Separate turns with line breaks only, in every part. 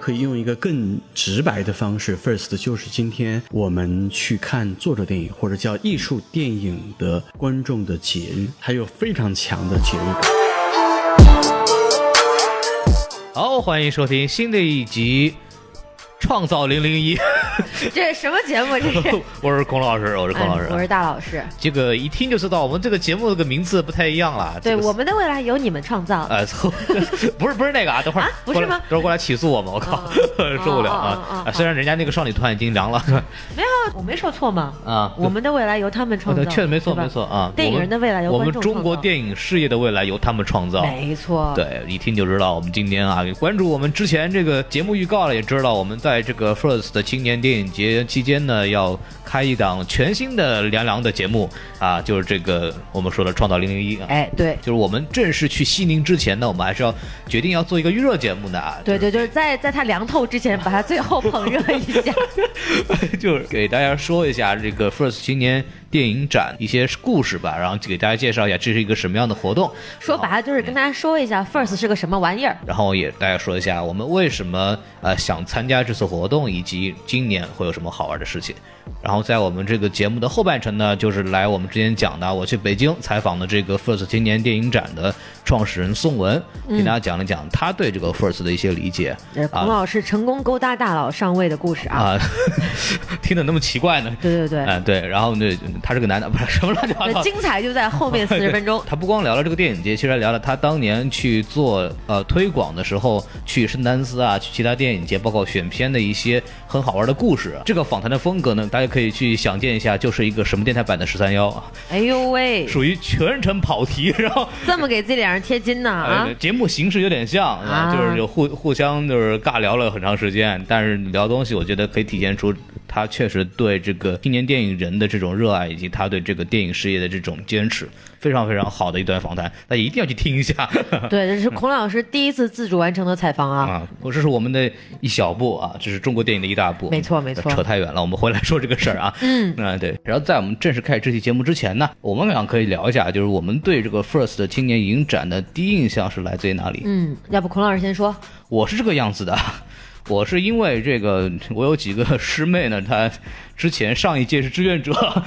可以用一个更直白的方式，first 就是今天我们去看作者电影或者叫艺术电影的观众的节日，它有非常强的节日感。
好，欢迎收听新的一集《创造零零 一》，
这是什么节目？ 这是。
我是孔老师，啊我是孔老
嗯，我
师。
是大老师。
这个一听就知道，我们这个节目这个名字不太一样了。
对，
这个
我们的未来由你们创造。
呃， 错不是不是那个啊，等会儿
啊不是
过来
吗
等会儿过来起诉我们，我靠， 受不了
哦哦哦
啊！
哦
啊虽然人家那个少女团已经凉了
没有，哎我没说错嘛。
啊，哦
我们的未来由他们 创造。
呃对确实没错
对吧
没。错啊。
电影人的未来由
我
观
们
众
中国
创造
电影事业的未来由他们创造。
没错。。
对，一听就知道我们今天啊，关注我们之前这个节目预告了，也知道我们在这个 First 的青年电影节期间呢，要开一档全新的凉凉的节目啊，就是这个我们说的《创造零零一》啊。
哎，对。
就是我们正式去西宁之前呢，我们还是要决定要做一个预热节目的啊。
对对，就是在在它凉透之前，把它最后捧热一 下。
对， 就是给大家说一下这个 First 青年电影展一些故事吧，然后给大家介绍一下这是一个什么样的活动。
说白了就是跟大家说一下，First 是个什么玩意儿。
然后也大家说一下我们为什么呃想参加这次活动，以及今年会有什么好玩的事情。然后在我们这个节目的后半程呢，就是来我们之前讲的，我去北京采访的这个 First 青年电影展的创始人宋文，
嗯
给大家讲了讲他对这个 First 的一些理解。
这呃是孔老师成功勾搭大佬上位的故事啊。
啊， 听得那么奇怪呢？
对对对。
嗯，对，然后呢，他是个男的，不是什么乱七八糟
那
的。
精彩就在 后面四十分钟。
他不光聊了这个电影节，其实还聊了他当年去做呃推广的时候，去圣丹斯啊，去其他电影节，包括选片的一些很好玩的故事。这个访谈的风格呢，大家可以去想见一下，就是一个什么电台版的十三幺啊，
哎呦喂，
属于全程跑题，然后。
这么给自己脸上贴金呢啊
呃，！节目形式有点像，
啊
就是有互互相就是尬聊了很长时间，但是聊东西，我觉得可以体现出他确实对这个青年电影人的这种热爱，以及他对这个电影事业的这种坚持，非常非常好的一段访谈，大家一定要去听一下。
对，这是孔老师第一次自主完成的采访啊。
啊，我这是我们的一小步啊，这是中国电影的一大步。嗯
没错没错
扯太远了，我们回来说这个事儿啊。嗯，啊对。然后在我们正式开始这期节目之前呢，我们俩可以聊一下，就是我们对这个 First 的青年影展的第一印象是来自于哪里？
嗯，要不孔老师先 说。
我是这个样子的，我是因为这个，我有几个师妹呢，她之前上一届是志愿者
呵，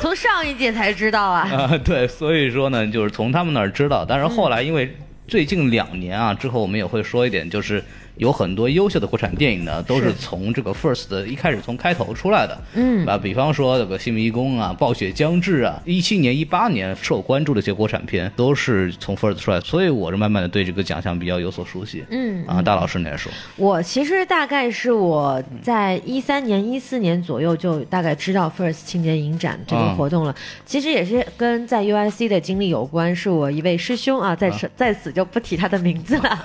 从上一届才知道啊。
啊、对，所以说呢，就是从他们那儿知道，但是后来因为最近两年啊，之后我们也会说一点，就是。有很多优秀的国产电影呢，都是
是
从这个 first 的一开始从开头出来的，
嗯
啊，比方说这个《新民一公》啊，《暴雪将至》啊，一七年、一八年受关注的一些国产片都是从 first 出来的，所以我是慢慢的对这个奖项比较有所熟悉。
嗯
啊，大老师你来说，
我其实大概是我在一三年、一四年左右就大概知道 First 青年影展这个活动了。其实也是跟在 UIC 的经历有关，是我一位师兄啊，在此、在此就不提他的名字了。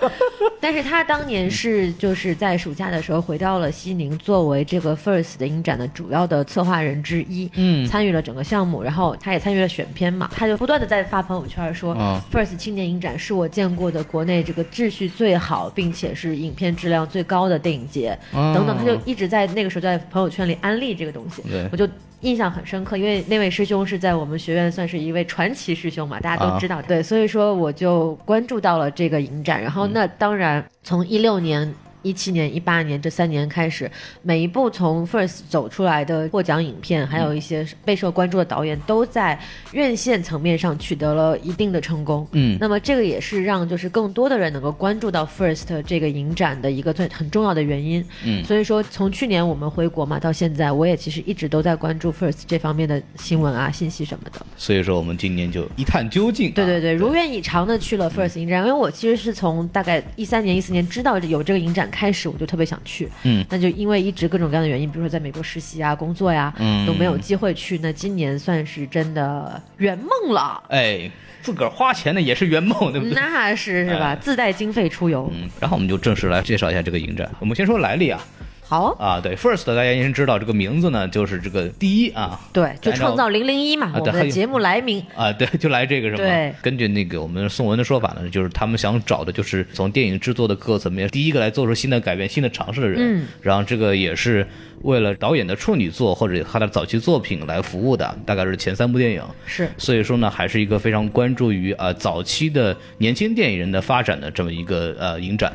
但是他当年是就是在暑假的时候回到了西宁，作为这个 First 的影展的主要的策划人之一，
嗯
参与了整个项目，然后他也参与了选片嘛，他就不断的在发朋友圈说、
嗯
First 青年影展是我见过的国内这个秩序最好，并且是影片质量最高的电影节，
嗯
等等，他就一直在那个时候在朋友圈里安利这个东西
对，
我就印象很深刻，因为那位师兄是在我们学院算是一位传奇师兄嘛，大家
啊
都知道，对，所以说我就关注到了这个影展，然
嗯
后那当然从一六年。一七年、一八年这三年开始，每一部从 First 走出来的获奖影片，还有一
嗯
些备受关注的导演，都在院线层面上取得了一定的成功。
嗯
那么这个也是让就是更多的人能够关注到 First 这个影展的一个最很重要的原因。
嗯
所以说从去年我们回国嘛到现在，我也其实一直都在关注 First 这方面的新闻啊、信息什么的。
所以说我们今年就一探究竟、啊。嗯
对对对，如愿以偿的去了 First 影展，因为我其实是从大概一三年、一四年知道有这个影展开始，我就特别想去。
嗯，
那就因为一直各种各样的原因，比如说在美国实习啊、工作呀、
嗯
都没有机会去。那今年算是真的圆梦了。
哎，自个儿花钱的也是圆梦，对不对？
那是是吧？自带经费出游，
哎嗯，然后我们就正式来介绍一下这个影展。我们先说来历啊，
好啊，
啊，对，First 大家先知道这个名字呢，就是这个第一啊，
对，就
按照
创造零零一嘛
啊，
我
对
们
还
的
有
节目来名，
啊，对， 就来这个什么？
对嗯
根据那个我们宋文的说法呢，就是他们想找的就是从电影制作的各个层面，第一个来做出新的改变、新的尝试的人。
嗯，
然后这个也是为了导演的处女作或者他的早期作品来服务的，大概是前三部电影。
是
所以说呢，还是一个非常关注于呃早期的年轻电影人的发展的这么一个呃影展。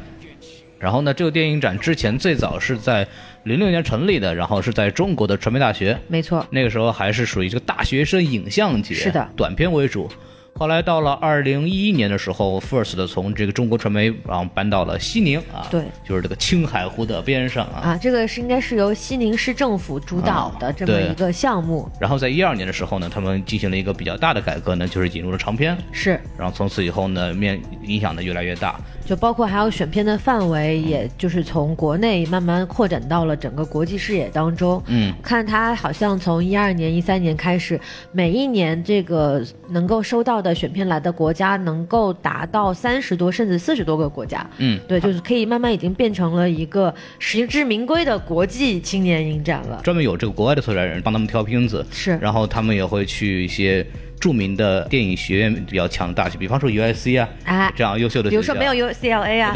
然后呢，这个电影展之前最早是在零六年成立的，然后是在中国的传媒大学，
没错，
那个时候还是属于一个大学生影像节，
是的
短片为主。后来到了二零一一年的时候，First 的从这个中国传媒，然后搬到了西宁啊，
对
就是这个青海湖的边上啊。
啊，这个是应该是由西宁市政府主导的这么
对
一个项目，
然后在一二年的时候呢，他们进行了一个比较大的改革呢，就是引入了长片，
是
然后从此以后呢，面影响的越来越大。
就包括还有选片的范围，
嗯
也就是从国内慢慢扩展到了整个国际视野当中。
嗯，
看他好像从一二年、一三年开始，每一年这个能够收到的选片来的国家能够达到三十多甚至四十多个国家。
嗯，
对，就是可以慢慢已经变成了一个实至名归的国际青年影展了。
专门有这个国外的策展人帮他们挑片子，
是
然后他们也会去一些著名的电影学院比较强的大学，比方说 UIC 啊，
哎
这样优秀的学校。
比如说没有 UCLA 啊，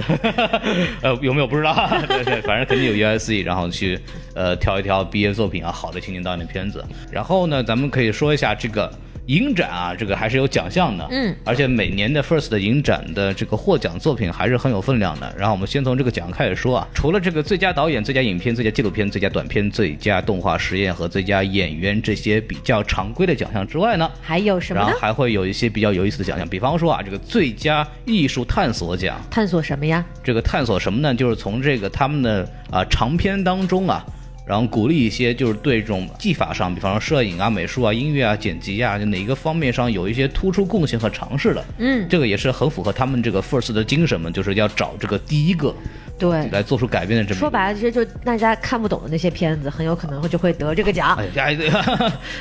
呃，有没有不知道， 对对，反正肯定有 USC，然后去呃挑一挑毕业作品啊，好的青年导演的片子。然后呢，咱们可以说一下这个影展啊，这个还是有奖项的，
嗯，
而且每年的 First 的影展的这个获奖作品还是很有分量的。然后我们先从这个奖开始说啊，除了这个最佳导演、最佳影片、最佳纪录片、最佳短片、最佳动画实验和最佳演员这些比较常规的奖项之外呢，
还有什么
然
呢
后？还会有一些比较有意思的奖项，比方说啊，这个最佳艺术探索奖。
探索什么呀？
这个探索什么呢？就是从这个他们的啊、长篇当中啊，然后鼓励一些就是对这种技法上，比方说摄影啊、美术啊、音乐啊、剪辑啊，就哪一个方面上有一些突出贡献和尝试的。
嗯，
这个也是很符合他们这个 first 的精神嘛，就是要找这个第一个
对，
来做出改变的这么一个
嗯说白了，其实就大家看不懂的那些片子，很有可能会就会得这个奖。
哎呀， 对，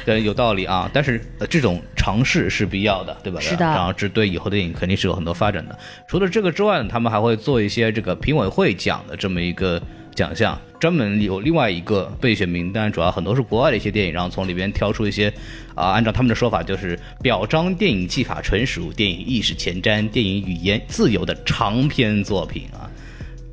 对，有道理啊。但是、呃、这种尝试是必要的，对吧？
是的
然后这对以后的电影肯定是有很多发展的。除了这个之外呢，他们还会做一些这个评委会奖的这么一个奖项，专门有另外一个备选名单，主要很多是国外的一些电影，然后从里边挑出一些啊、按照他们的说法，就是表彰电影技法纯熟、电影意识前瞻、电影语言自由的长篇作品啊。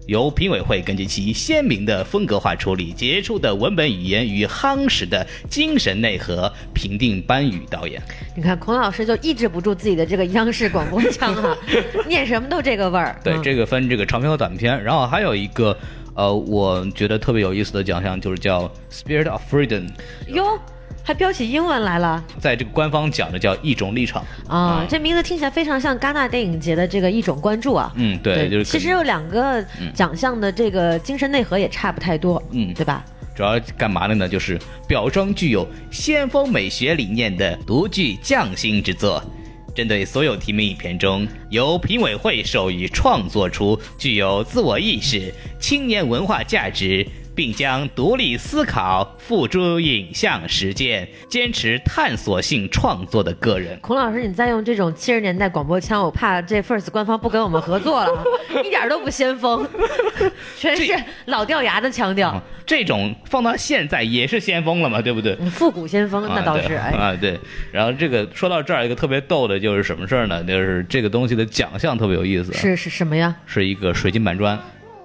由评委会根据其鲜明的风格化处理、杰出的文本语言与夯实的精神内核评定班宇导演。
你看，孔老师就抑制不住自己的这个央视广播腔啊， 念什么都这个味儿。
对，
嗯
这个分这个长篇和短篇，然后还有一个。呃，我觉得特别有意思的奖项就是叫 Spirit of Freedom，
哟，还标起英文来了
在这个官方讲的叫一种立场。
啊！
嗯
这名字听起来非常像戛纳电影节的这个一种关注啊。
嗯，对，就是
其实有两个奖项的这个精神内核也差不太多，
嗯
对吧？
主要干嘛的呢？就是表彰具有先锋美学理念的独具匠心之作。针对所有提名影片中，由评委会授予创作出具有自我意识、青年文化价值，并将独立思考付诸影像实践、坚持探索性创作的个人。
孔老师，你再用这种七十年代广播腔，我怕这 First 官方不跟我们合作了 啊，一点都不先锋，全是老掉牙的腔调
啊。这种放到现在也是先锋了嘛，对不对？
嗯复古先锋，那
啊
倒
对
是哎。
啊，对。然后这个说到这儿，一个特别逗的就是什么事儿呢？就是这个东西的奖项特别有意思，啊
是是什么呀？
是一个水晶板砖，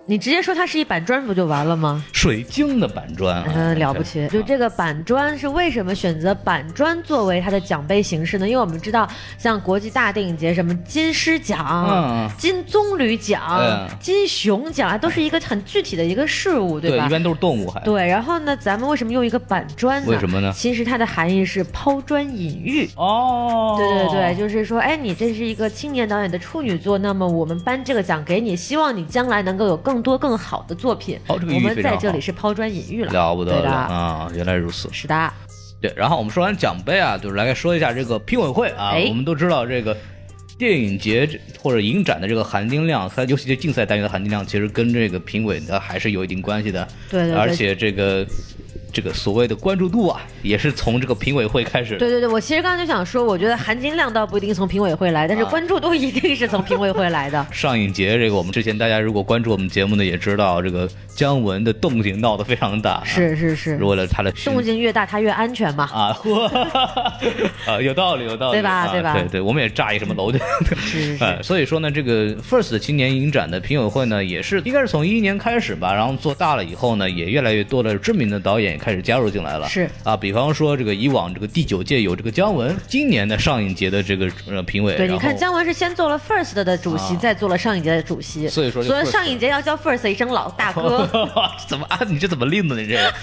你直接说它是一板砖不就完了吗？
水晶的板砖、啊，
嗯，了不起！就这个板砖是为什么选择板砖作为它的奖杯形式呢？因为我们知道，像国际大电影节什么金狮奖
嗯、
金棕榈奖
嗯、
金熊奖，啊，都是一个很具体的一个事物，
对，
吧
一？般都是动物还。
对，然后呢，咱们为什么用一个板砖呢？
为什么呢
其实它的含义是抛砖引玉。
哦，
对对对，就是说，哎，你这是一个青年导演的处女作，那么我们颁这个奖给你，希望你将来能够有更多更好的作品。
哦这个
我
寓意
们
非
在
常
这里
好
是抛砖引玉了，
了不得
对
了
的，
啊！原来如此，
是的，
对。然后我们说完奖杯啊，就是来说一下这个评委会啊。
哎
我们都知道这个电影节这或者影展的这个含金量，它尤其是竞赛单元的含金量，其实跟这个评委的还是有一定关系的。
对对对
而且这个这个所谓的关注度啊，也是从这个评委会开始的。
对对对，我其实刚才就想说，我觉得含金量倒不一定从评委会来，但是
啊。
关注度一定是从评委会来的
啊上影节这个，我们之前大家如果关注我们节目呢，也知道这个姜文的动静闹得非常大、啊，
是是是，
为了他的
动静越大，它越安全嘛。
啊， 呵啊，有道理，有道理，
对吧
啊
对吧
对对，我们也炸一什么楼的，
是是是
呃，所以说呢，这个 First 青年影展的评委会呢，也是应该是从一一年开始吧，然后做大了以后呢，也越来越多的知名的导演开始加入进来了。
是
啊，比方说这个以往这个第九届有这个姜文，今年的上影节的这个呃评委，
对，你
然后
看姜文是先做了 First 的主席，
啊
再做了上影节的主席，
所以说就
所以
First
上影节要叫 First 一声老 大哥。
怎么啊？你这怎么令的？你这个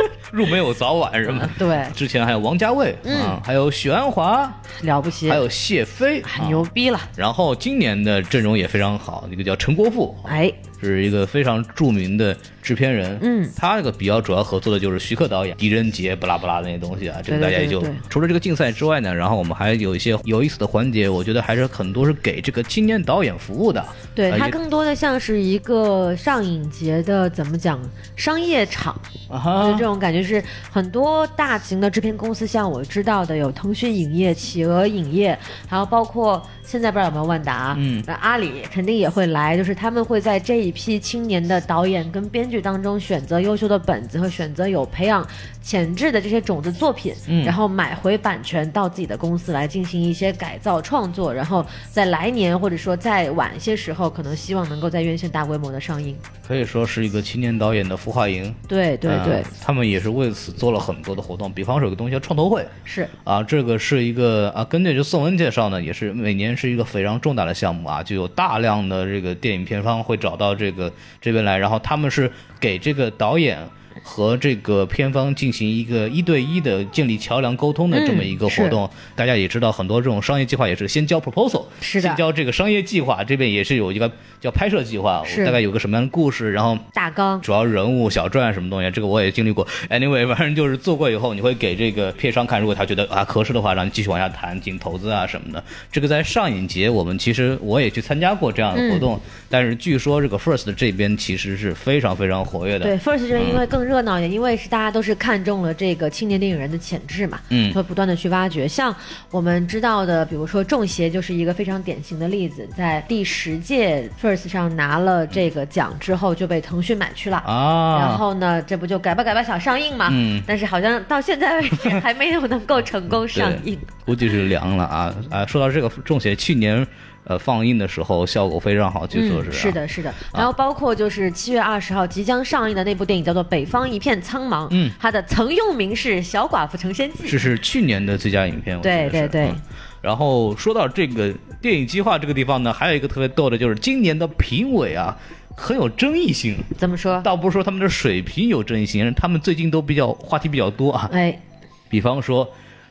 入没有早晚是吗？
对嗯
之前还有王家卫，啊，还有许鞍华，
了不起，
还有谢飞，
啊
啊
牛逼了！
然后今年的阵容也非常好，一个叫陈国富，啊
哎，
是一个非常著名的制片人。
嗯，
他那个比较主要合作的就是徐克导演、狄仁杰、巴拉巴拉那些东西啊，这个
对对
大家也
对
就
对
除了这个竞赛之外呢，然后我们还有一些有意思的环节，我觉得还是很多是给这个青年导演服务的。
对
啊
它
也
更多的像是一个上影节的怎么讲商业场，
啊
就
哈
这种感觉是很多大型的制片公司，像我知道的有腾讯影业、企鹅影业，还有包括现在不知道有没有万达，啊
嗯
那阿里肯定也会来，就是他们会在这一批青年的导演跟编剧当中选择优秀的本子和选择有培养潜质的这些种子作品，
嗯
然后买回版权到自己的公司来进行一些改造创作，然后在来年或者说再晚一些时候，可能希望能够在院线大规模的上映。
可以说是一个青年导演的孵化营。
对对
呃
对，
他们也是为此做了很多的活动，比方说有个东西叫创投会。
是。
啊，这个是一个啊，根据就宋恩介绍呢，也是每年是一个非常重大的项目啊，就有大量的这个电影片方会找到这个这边来，然后他们是给这个导演。和这个片方进行一个一对一的建立桥梁沟通的这么一个
嗯是
活动，大家也知道，很多这种商业计划也是先交 proposal，
是的
先交这个商业计划，这边也是有一个叫拍摄计划，
是
大概有个什么样的故事，然后
大纲
主要人物小传什么东西，这个我也经历过。Anyway，反正就是做过以后，你会给这个片商看，如果他觉得啊合适的话，让你继续往下谈，进行投资啊什么的。这个在上影节，我们其实我也去参加过这样的活
嗯
动，但是据说这个 First 这边其实是非常非常活跃的。
对，First 这边因为
嗯
更热闹一点，因为是大家都是看中了这个青年电影人的潜质嘛，
嗯
会不断的去挖掘。像我们知道的，比如说《中邪》就是一个非常典型的例子，在第十届 First 上拿了这个奖之后，就被腾讯买去了。
啊，
然后呢，这不就改吧改吧想上映嘛，
嗯
但是好像到现在为止还没有能够成功上
对
映。
估计是凉了啊啊！说到这个《中邪》，去年呃放映的时候效果非常好，据说是、啊
嗯、是。的，是的。然后包括就是七月二十号即将上映的那部电影叫做《北方一片苍茫》，
嗯
它的曾用名是《小寡妇成仙记》。
这是去年的最佳影片，我记得是
对对对
嗯然后说到这个电影计划这个地方呢，还有一个特别逗的，就是今年的评委啊很有争议性，
怎么说？
倒不是说他们的水平有争议性，他们最近都比较话题比较多啊。
哎
比方说，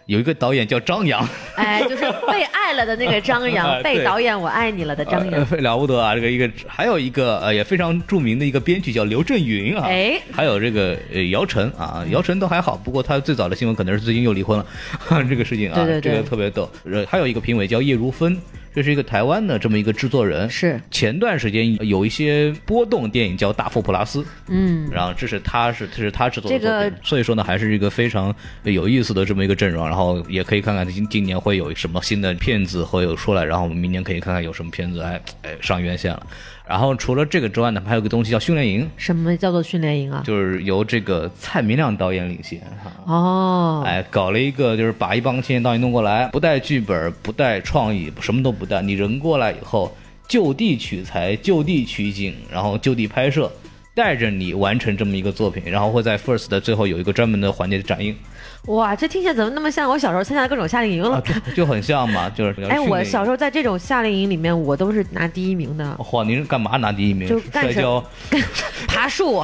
有一个导演叫张扬，
哎，就是被爱了的那个张扬，
哎
被
对
导演我爱你了的张
呃
扬。
呃 了不得啊！这个一个，还有一个呃也非常著名的一个编剧叫刘震云啊，
哎
还有这个呃姚晨啊，姚晨都还好，不过她最早的新闻可能是最近又离婚了， 哈这个事情啊，
对对对
这个特别逗。呃还有一个评委叫叶如芬，这是一个台湾的这么一个制作人，
是，
前段时间有一些波动电影叫《大佛普拉斯》，
嗯，
然后这是他是这是他制作的
这个
作品所以说呢，还是一个非常呃有意思的这么一个阵容。然后也可以看看今今年会有什么新的片子会有出来，然后我们明年可以看看有什么片子哎哎上院线了。然后除了这个之外呢，还有个东西叫训练营，
什么叫做训练营啊？
就是由这个蔡明亮导演领衔哈。
哦，
哎，搞了一个就是把一帮青年导演弄过来，不带剧本，不带创意，什么都不带，你人过来以后，就地取材，就地取景，然后就地拍摄，带着你完成这么一个作品，然后会
嗯
在 First 的最后有一个专门的环节展映，
哇，这听起来怎么那么像我小时候参加的各种夏令营了？
就很像嘛，就是
哎，我小时
候。
候在这种夏令营里面，我都是拿第一名的，
哇，您是干嘛拿第一名
就？干
摔
什
跤？
爬树，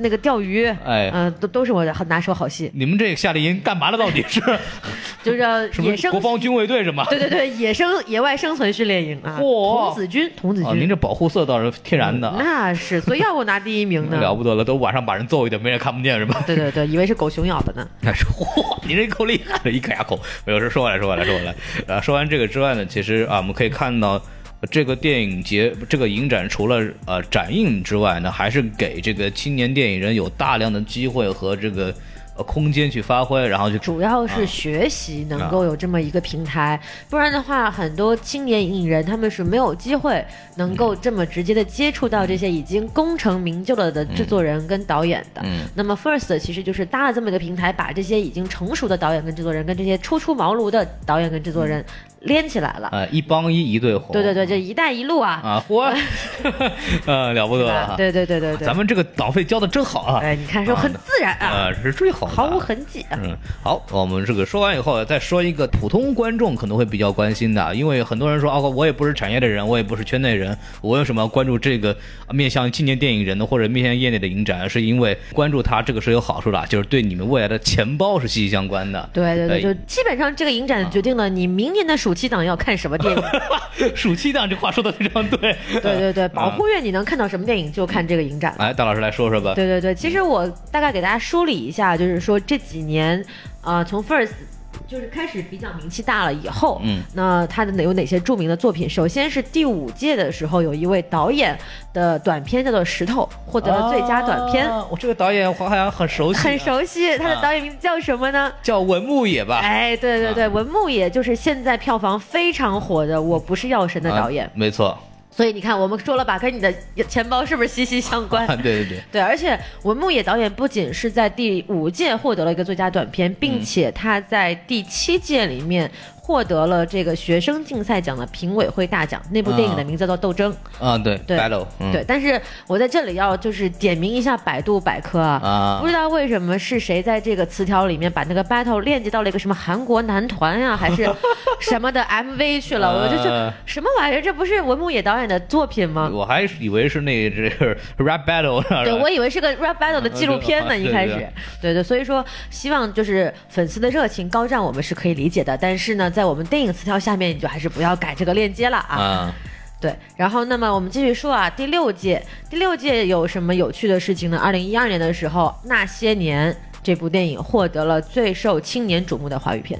那个钓鱼，
哎
嗯，都都是我的拿手好戏，
你们这个夏令营干嘛的？到底是
就是
什么
野生
国，防军卫队是吗？
对对对，野生野外生存训练营啊，
嚯
童子军，童子
啊，您
军，
这保护色倒是天然的啊，
那是，所以要我拿第一名呢
了，不得了，都晚上把人揍一顿，没人看不见是吧？
对对对，以为是狗熊咬的呢。
他说：“嚯，你这够厉害的，一颗牙口。”没有，是说回来，说回来，说回来。呃，说完这个之外呢，其实啊，我们可以看到。呃这个电影节，这个影展除了呃展映之外呢，还是给这个青年电影人有大量的机会和这个呃空间去发挥，然后就
主要
啊
是学习能够有这么一个平台，不然的话，很多青年影人他们是没有机会能够
嗯
这么直接的接触到这些已经功成名就了的制作人跟导演的。
嗯
那么 First 其实就是
嗯
搭了这么一个平台，把这些已经成熟的导演跟制作人，跟这些初出茅庐的导演跟制作人。连起来了。
呃，一帮一，一对红。
对对对，这“一带一路”啊，
啊，嚯， 呃，了不得
对
了
吧
哈。
对对对对对，
咱们这个稿费交的真好啊，
哎，你看说很自然啊，
呃，是最好的，
毫无。痕迹啊。
嗯，好，我们这个说完以后，再说一个普通观众可能会比较关心的，因为很多人说，哦，我也不是产业的人，我也不是圈内人，我为什么要关注这个呃面向青年电影人的或者面向业内的影展？是因为关注它这个是有好处的，就是对你们未来的钱包是息息相关的。
对对对，就
哎
基本上这个影展决定了你明年的暑期档要看什 么电影。
哎暑期档这话说的非常对。
对对
嗯
对，保护月你能看到什么电影就看这个影展 了。
哎，大老师来说说吧。
对对对，其实我大概给大家梳理一下，就是说这几年，呃，从 First。就是开始比较名气大了以后，
嗯，
那他的哪有哪些著名的作品？首先是第五届的时候，有一位导演的短片叫做《石头》，获得
哦
了最佳短 片，
啊我这个导演我好像很熟悉啊，啊
很熟悉。他的导演名字叫什么呢？
叫文牧野吧？
哎，对对对，文牧野就是现在票房非常火的《我不是药神》的导演
啊。没 错，
所以你看，我们说了吧，跟你的钱包是不是息息相关？
啊对对对，
对，而且文牧野导演不仅是在第五届获得了一个最佳短片，并
嗯
且他在第七届里面获得了这个学生竞赛奖的评委会大奖。那部电影的名字叫做《斗争》。
啊对
对
嗯，battle，嗯
对，但是我在这里要就是点名一下百度百科啊。
啊
不，知道为什么是谁在这个词条里面把那个 battle 链接到了一个什么韩国男团呀、还 是什么的 MV 去了？我就
啊
是什么玩意儿？这不是文牧野导演的作品吗？
我还以为是那这个 rap battle 呢。
对，我以为是个 rap battle 的纪录片呢，
嗯
一开始
对对。
对对，所以说希望就是粉丝的热情高涨，我们是可以理解的。但是呢，在我们电影词条下面，你就还是不要改这个链接了啊。
啊，
对，然后那么我们继续说啊，第六届，第六届有什么有趣的事情呢？二零一二年的时候，《那些年》这部电影获得了最受青年瞩目的华语片。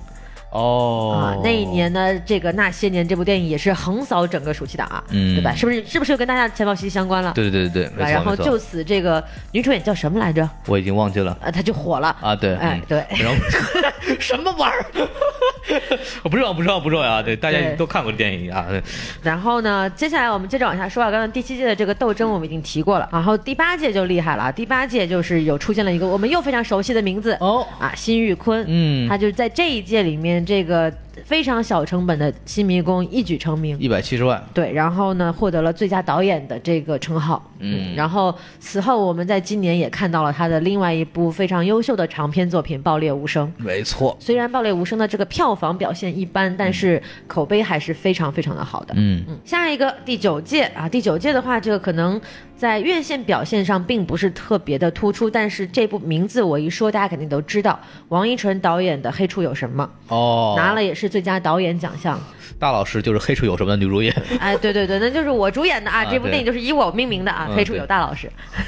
啊
哦，，
那一年呢，这个《那些年》这部电影也是横扫整个暑期档啊，
嗯
对吧？是不是是不是跟大家钱包息息相关了？
对，对对对，
吧？
没
然
错
后
没错
就，此这个女主演叫什么来着？
我已经忘记了
呃，她就火了。
啊，对，
哎
嗯，
对
然 后什么玩意儿？ 我不知道，不知道，不重要啊！对，大家
对
都看过这电影啊，对
然后呢，接下来我们接着往下说啊。刚刚第七届的这个斗争我们已经提过了，然后第八届就厉害了啊。第八届就是有出现了一个我们又非常熟悉的名字
哦
啊，辛玉坤。
嗯
他就是在这一届里面这个非常小成本的《新迷宫》一举成名。
一百七十万，
对，然后呢，获得了最佳导演的这个称号。
嗯
然后此后我们在今年也看到了他的另外一部非常优秀的长篇作品《爆裂无声》。
没错，
虽然《爆裂无声》的这个票房表现一般，但是口碑还是非常非常的好的。
嗯，
嗯，下一个第九届啊，第九届的话，这个可能在院线表现上并不是特别的突出，但是这部名字我一说，大家肯定都知道，王一纯导演的《黑处有什么》
哦，
拿了也是最佳导演 奖项。
大老师就是《黑处有什么》的女主演，
哎，对对对，那就是我主演的啊，
啊
这部电影就是以我命名的啊，
嗯
黑处有
对
大老师，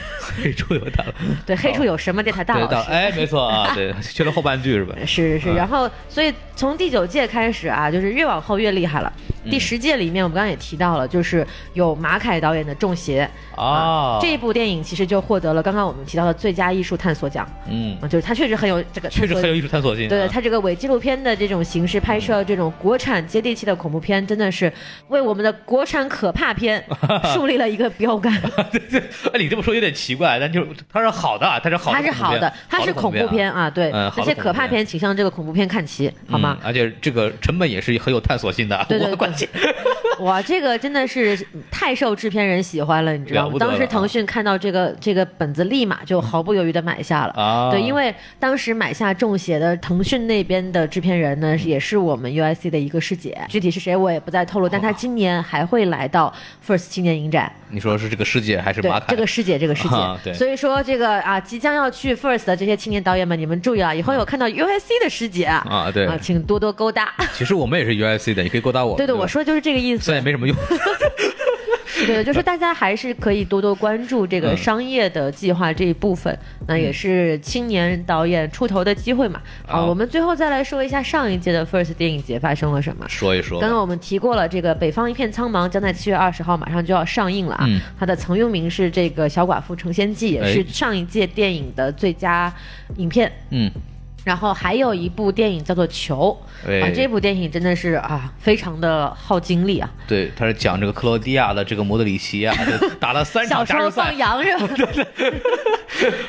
黑处有大，
对，黑处有什么电台大
对
老
大，
师。
哎，没错啊，对， 缺了后半句是吧？
是是是，
嗯
然后所以从第九届开始啊，就是越往后越厉害了。
嗯
第十届里面，我们刚刚也提到了，就是有马凯导演的《中邪》
啊，
这部电影，其实就获得了刚刚我们提到的最佳艺术探索奖。
嗯，
啊就是它确实很有这个，
确实很有艺术探索性啊，嗯
对它这个伪纪录片的这种形式拍摄，这种国产接地气的恐怖片，真的是为我们的国产可 怕片树立了一个标杆。
对对，哎，你这么说有点奇怪，但就是它是好的啊，它是好的
它
恐怖
是
片，
好的，它是恐怖片
啊，
啊，对，
嗯好的
那
恐
些
怖
可怕
片
片请向这个恐怖片看齐，好吗
嗯？而且这个成本也是很有探索性的啊，
对对
我
对
关键
哇，这个真的是太受制片人喜欢了，你知道
了
吗
不？得了啊
当时腾讯看到这个这个本子，立马就毫不犹豫的买下了。
啊
对，因为当时买下中邪的腾讯那边的制片人呢，也是我们 UIC 的一个师姐，具体是谁我也不再透露，但她今年还会来到 First 青年影展。
你说是这个世界还是
对
马，凯？
这个师姐，这个师姐，
啊对
所以说这个啊，即将要去 First 的这些青年导演们，你们注意啊了，以后有看到 UIC 的师姐啊
啊对哦
请多多勾搭。
其实我们也是 UIC 的，你可以勾搭我。
对对，
吧
我说的就是这个意
虽
思。
然也没什么用，
对，就是大家还是可以多多关注这个
嗯
商业的计划这一部分，那也是青年导演出头的机会嘛。啊，
好
我们最后再来说一下上一届的 First 电影节发生了什么。
说一说吧。
刚刚我们提过了，这个《北方一片苍茫》将在七月二十号马上就要上映了啊。
嗯
它的曾用名是这个《小寡妇成仙记》，也
哎
是上一届电影的最佳影片。
嗯，
然后还有一部电影叫做《球》啊
哎，
这部电影真的是啊，非常的耗精力啊。
对，他是讲这个克罗地亚的这个莫德里奇啊，就打了三
小
场
时
加
候
时
放
赛。
羊是 吧？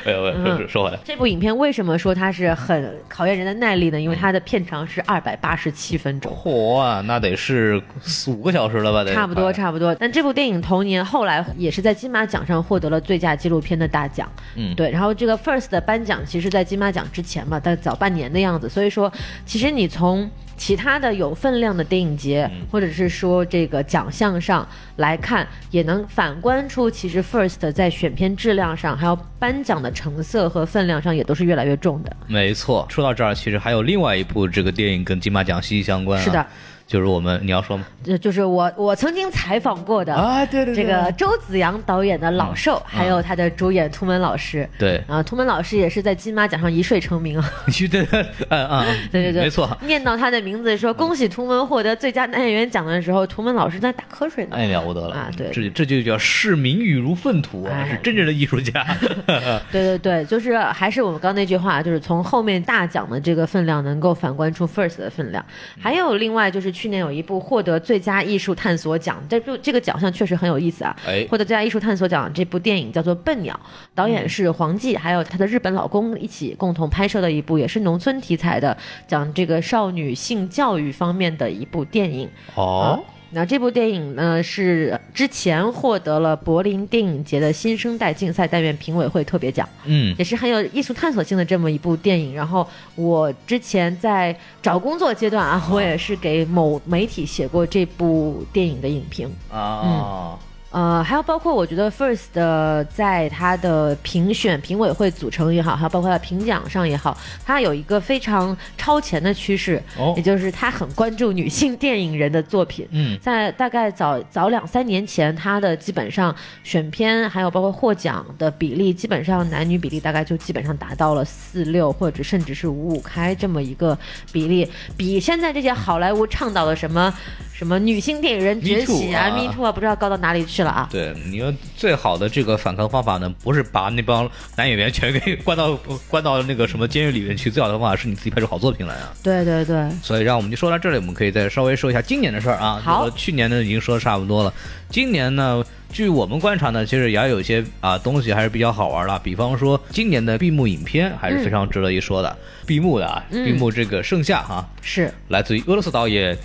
哎呦喂，说说说回来，
这部影片为什么说它是很考验人的耐力呢？因为它的片长是二百八十七分钟。
嚯、啊，那得是四五个小时了吧？得
差不多，差不多。但这部电影同年后来也是在金马奖上获得了最佳纪录片的大奖。
嗯
对。然后这个 First 的颁奖其实，在金马奖之前嘛，但早半年的样子。所以说，其实你从其他的有分量的电影节，
嗯
或者是说这个奖项上来看，也能反观出，其实 First 在选片质量上，还有颁奖的成色和分量上，也都是越来越重的。
没错。说到这儿，其实还有另外一部这个电影跟金马奖息息相关、啊。
是的，
就是我们你要说吗？
这就是我我曾经采访过的
啊对对对嗯
这个周子阳导演的《老兽》，还有他的主演涂门老师。
对
啊，涂门老师也是在金马奖上一睡成名啊。
你去对，嗯嗯，嗯
对对对，
没错。嗯
念到他的名字说恭喜涂门获得最佳男演员奖的时候，涂门老师在打瞌睡呢。
哎，了不得了
啊对
这这就叫视名誉如粪土啊，
哎
是真正的艺术 家。
对对对，就是还是我们刚刚那句话，就是从后面大奖的这个分量能够反观出 first 的分量。
嗯
还有另外就是去年有一部获得最佳艺术探索奖，这部这个奖项确实很有意思啊。
哎
获得最佳艺术探索奖这部电影叫做《笨鸟》，导演是黄继，还有她的日本老公一起共同拍摄的一部也是农村题材的，讲这个少女性教育方面的一部电影。
哦，
那这部电影呢，是之前获得了柏林电影节的新生代竞赛单元评委会特别奖。
嗯，
也是很有艺术探索性的这么一部电影。然后我之前在找工作阶段啊，我也是给某媒体写过这部电影的影评。
啊，
呃，还有包括我觉得 First 的在它的评选评委会组成也好，还有包括它评奖上也好，它有一个非常超前的趋势，
哦
也就是它很关注女性电影人的作品。
嗯
在大概早早两三年前，它的基本上选片还有包括获奖的比例，基本上男女比例大概就基本上达到了四六或者甚至是五五开这么一个比例，比现在这些好莱坞倡导的什么什么女性电影人
Me
崛起啊
too 啊
，Me Too 啊，不知道高到哪里去了啊。
对，你说最好的这个反抗方法呢，不是把那帮男演员全给关到关到那个什么监狱里面去，最好的方法是你自己拍出好作品来啊。
对对对，
所以让我们就说到这里，我们可以再稍微说一下今年的事儿啊。
好
这个去年呢已经说的差不多了，今年呢，据我们观察呢，其实也有一些啊东西还是比较好玩的，比方说今年的闭幕影片还是非常值得一说的。
嗯
闭幕的啊，闭幕这个盛夏啊，
是
来自于俄罗斯导演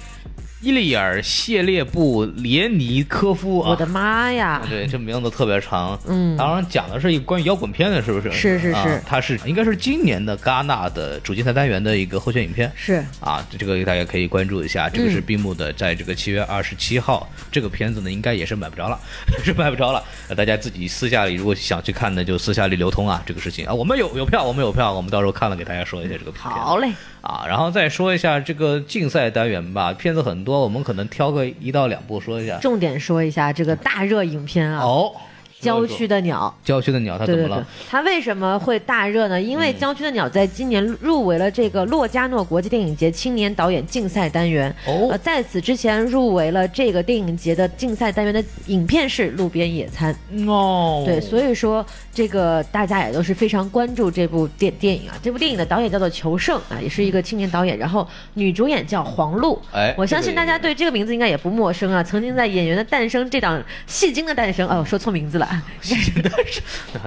伊利尔·谢列布列尼科夫啊。
我的妈呀！
对，这名字特别长。
嗯
当然讲的是一个关于摇滚片的，是不是？
是是
啊
是
它是应该是今年的戛纳的主竞赛单元的一个候选影片。
是
啊，这个大家可以关注一
嗯
下，这个是闭幕的，在这个七月二十七号，这个片子呢应该也是买不着了， 是买不着了。呃大家自己私下里如果想去看呢，就私下里流通啊，这个事情啊，我们有有票，我们有票，我们到时候看了给大家说一下这个片子。
好嘞，
啊，然后再说一下这个竞赛单元吧，片子很多，我们可能挑个一到两部说一下。
重点说一下这个大热影片啊，
哦，
郊区的鸟》。
郊区的鸟它
对
怎么
对对
了？，嗯
它为什么会大热呢？因为《郊区的鸟》在今年入围了这个洛迦诺国际电影节青年导演竞赛单元。
哦
呃，在此之前入围了这个电影节的竞赛单元的影片是《路边野餐》。
哦
呃对，所
以
以说这个大家也都是非常关注这部电电影啊。这部电影的导演叫做裘盛啊，也是一个青年导演，然后女主演叫黄璐。
哎
我相
这
信
个
大 家对这个名字应该也不陌生啊。曾经在《演员的诞生》这档《戏精的诞生》哦，说错名字了，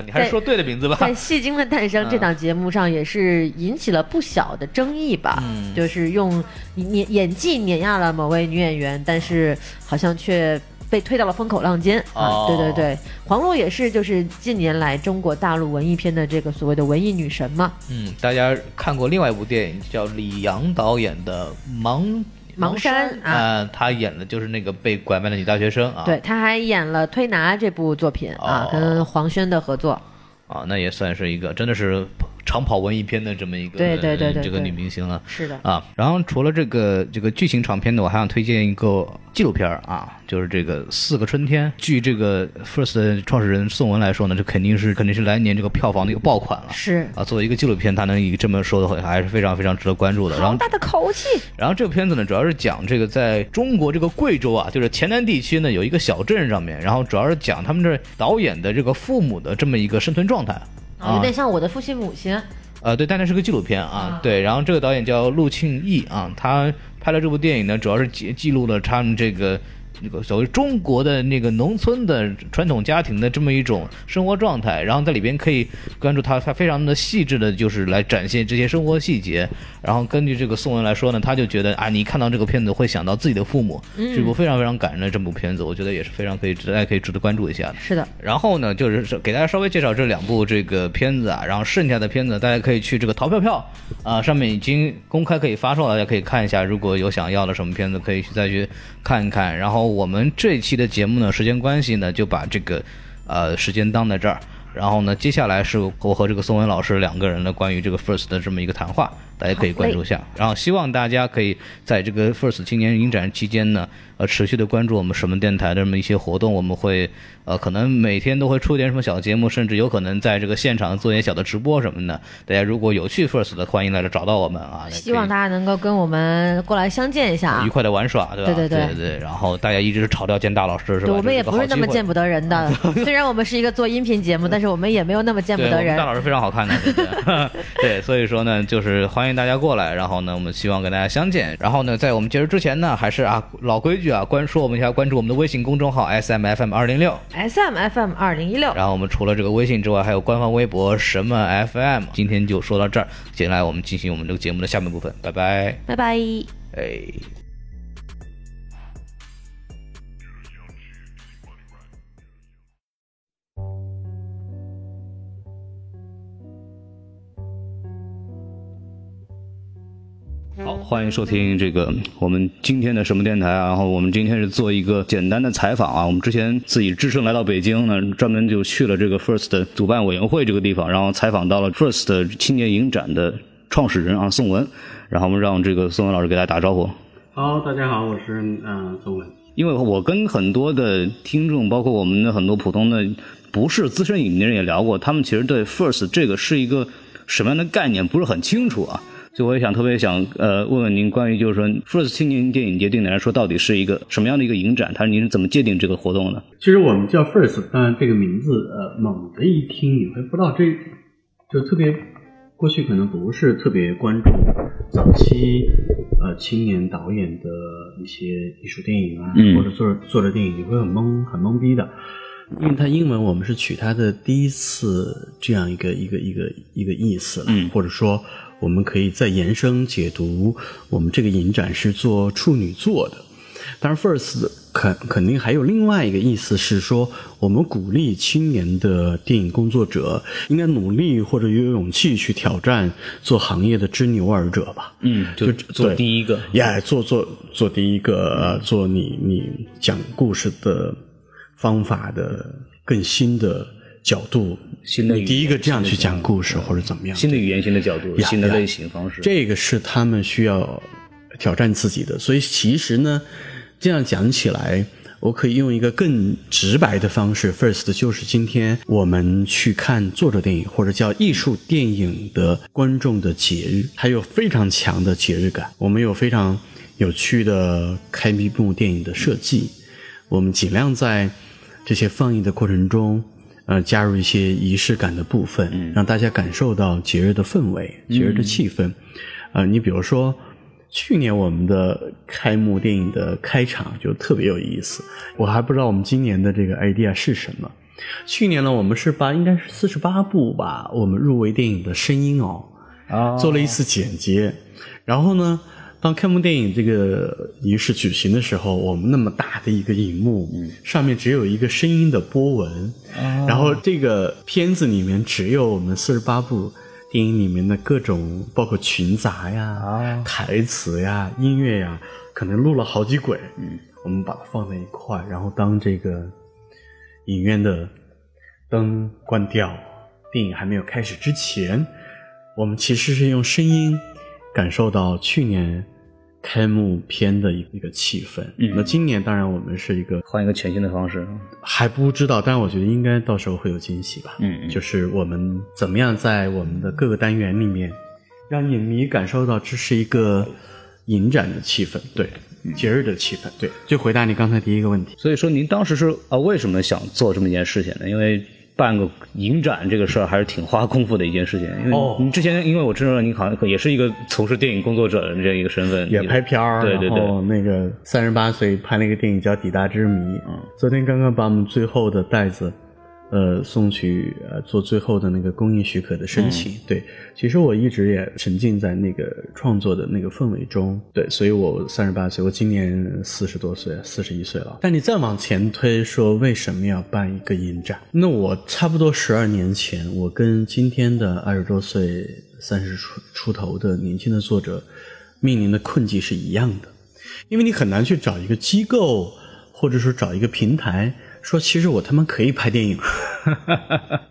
你还是说对的 名字吧。
在《戏精的诞
嗯
生》这档节目上也是引起了不小的争议吧，
嗯
就是用演演技碾压了某位女演员，但是好像却。被推到了风口浪尖、
哦
啊！对对对，黄璐也是，就是近年来中国大陆文艺片的这个所谓的文艺女神嘛。
嗯，大家看过另外一部电影叫李阳导演的《盲
盲山啊
呃他演的就是那个被拐卖的女大学生啊。
对，她还演了《推拿》这部作品、啊
哦，
跟黄轩的合作。
啊，那也算是一个真的是长跑文艺片的这么一个
对对对对
这个女
对
明星了。
是的，
啊，然后除了这个这个剧情长片的，我还想推荐一个纪录片儿啊，就是这个《四个春天》。据这个 First 的创始人宋文来说呢，这肯定是肯定是来年这个票房的一个爆款了。
是
啊，作为一个纪录片，它能以这么说的话，还是非常非常值得关注的。然
好
后
大的口气！
然后这个片子呢，主要是讲这个在中国这个贵州啊，就是黔南地区呢有一个小镇上面，然后主要是讲他们这导演的这个父母的这么一个生存状态。
啊，有
啊
点像我的父亲母亲。
呃，对，但它是个纪录片啊，对。然后这个导演叫陆庆义啊，他拍了这部电影呢，主要是记记录了他们这个那个所谓中国的那个农村的传统家庭的这么一种生活状态。然后在里边可以关注他，他非常的细致的，就是来展现这些生活细节。然后根据这个宋文来说呢，他就觉得啊，你一看到这个片子会想到自己的父母，是一部非常非常感人的这部片子，我觉得也是非常可以值，大家可以值得关注一下的。
是的，
然后呢，就是是给大家稍微介绍这两部这个片子啊，然后剩下的片子大家可以去这个淘票票啊、上面已经公开可以发售了，大家可以看一下。如果有想要的什么片子，可以去再去看一看。然后我们这一期的节目呢，时间关系呢，就把这个呃时间当在这儿。然后呢，接下来是我和这个宋文老师两个人呢，关于这个 First 的这么一个谈话，大家可以关注一下。然后希望大家可以在这个 First 青年影展期间呢，呃，持续的关注我们什么电台的这么一些活动，我们会呃，可能每天都会出点什么小节目，甚至有可能在这个现场做一些小的直播什么的。大家如果有去 First 的，欢迎来这找到我们啊。
希望大家能够跟我们过来相见一下
可以
啊
愉。快的玩耍，对吧？
对对对
对然后大家一直是嘲笑建大老师是吧？
我们也
这
不
个好
是那么
机会
见不得 人的， 虽然我们是一个做音频节目，但是我们也没有那么见不
对，
得
我们
人
大。老师非常好看的，对不对？ 对，所以说呢，就是欢迎大家过来，然后呢，我们希望跟大家相见。然后呢，在我们结束之前呢，还是啊老规矩啊，关说我们一下，关注我们的微信公众号 S M F M 二零六。
S M F M 二零一六，
然后我们除了这个微信之外，还有官方微博什么 FM。今天就说到这儿，接下来我们进行我们这个节目的下半部分，拜拜，
拜拜。
哎。好，欢迎收听这个我们今天的什么电台啊？然后我们今天是做一个简单的采访啊。我们之前自己支撑来到北京呢，专门就去了这个 First 的主办委员会这个地方，然后采访到了 First 的青年影展的创始人啊宋文，然后我们让这个宋文老师给大家打招呼。
好，大家好，我是嗯、呃宋文。
因为我跟很多的听众，包括我们的很多普通的不是资深影迷人也聊过，他们其实对 first 这个是一个什么样的概念不是很清楚啊。所以我也想特别想呃问问您关于就是说 first 青年电影节对你来说到底是一个什么样的一个影展？它是您是怎么界定这个活动的？
其实我们叫 First，当然这个名字，呃，猛的一听你会不知道这，就特别过去可能不是特别关注早期呃青年导演的一些艺术电影啊，
嗯
或者作者作者电影，你会很懵很懵逼的。因为它英文我们是取它的第一次这样一个一个一个一个意思了，
嗯
或者说我们可以再延伸解读，我们这个影展是做处女座的。当然，first 肯肯定还有另外一个意思是说，我们鼓励青年的电影工作者应该努力或者有勇气去挑战做行业的知牛耳者吧。
嗯，
就做第
一个
呀、做做做第一个，呃做你你讲故事的方法的更新的角度，
新的
你
语
第一
言
个这样
新的
去
角
讲故事或者怎么样，
的语言、新的角度
呀新的呀类
型方式
这个是他们需要挑战自己的。所以其实呢，这样讲起来，我可以用一个更直白的方式，first 就是今天我们去看作者电影或者叫艺术电影的观众的节日，它有非常强的节日感。我们有非常有趣的开幕电影的设计，我们尽量在这些放映的过程中。呃，加入一些仪式感的部分，让大家感受到节日的氛围、节日的气氛。呃，你比如说，去年我们的开幕电影的开场就特别有意思，我还不知道我们今年的这个 idea 是什么。去年呢，我们是把应该是四十八部吧，我们入围电影的声音哦，
啊
做了一次剪辑。然后呢，当开幕电影这个仪式举行的时候，我们那么大的一个荧幕，上面只有一个声音的波纹，然后这个片子里面只有我们四十八部电影里面的各种，包括群杂呀、
啊
台词呀、音乐呀，可能录了好几轨，嗯，我们把它放在一块，然后当这个影院的灯关掉，电影还没有开始之前，我们其实是用声音感受到去年开幕片的一一个气氛。
嗯
那今年当然我们是一个
换一个全新的方式，
还不知道，但是我觉得应该到时候会有惊喜吧。
嗯嗯
就是我们怎么样在我们的各个单元里面，让影迷感受到这是一个影展的气氛，对，节日的气氛，对。就回答你刚才第一个问题，
呃所以说，您当时是啊，为什么想做这么一件事情呢？因为
办个影展这个事儿还是挺花功夫的一件事情，因为
哦
你之前因为我知道你好像也是一个从事电影工作者的这样一个身份，
也
你
拍片儿，
对对对
然后那个三十八岁拍了一个电影叫《抵达之谜》，嗯，昨天刚刚把我们最后的袋子，呃，送去呃做最后的那个工艺许可的申请。对，其实我一直也沉浸在那个创作的那个氛围中，对，所以我三十八岁，我今年四十多岁，四十一岁了。但你再往前推，说为什么要办一个影展？那我差不多十二年前，我跟今天的二十多岁、三十出出头的年轻的作者。面临的困境是一样的，因为你很难去找一个机构，或者说找一个平台，说其实我他妈可以拍电影，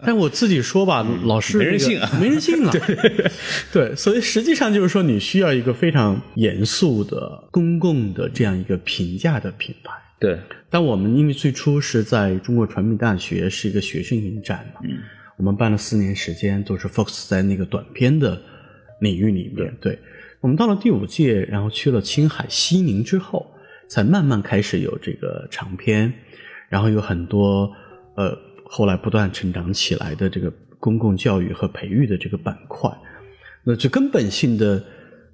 但我自己说吧，老是、
没人信啊，
没人 信啊，对对，所以实际上就是说，你需要一个非常严肃的、公共的这样一个评价的品牌。
对
但我们因为最初是在中国传媒大学是一个学生影展嘛，我们办了四年时间，都是 Fox 在那个短片的领域里面。对，我们到了第五届，然后去了青海、西宁之后，才慢慢开始有这个长片，然后有很多呃后来不断成长起来的这个公共教育和培育的这个板块。那最根本性的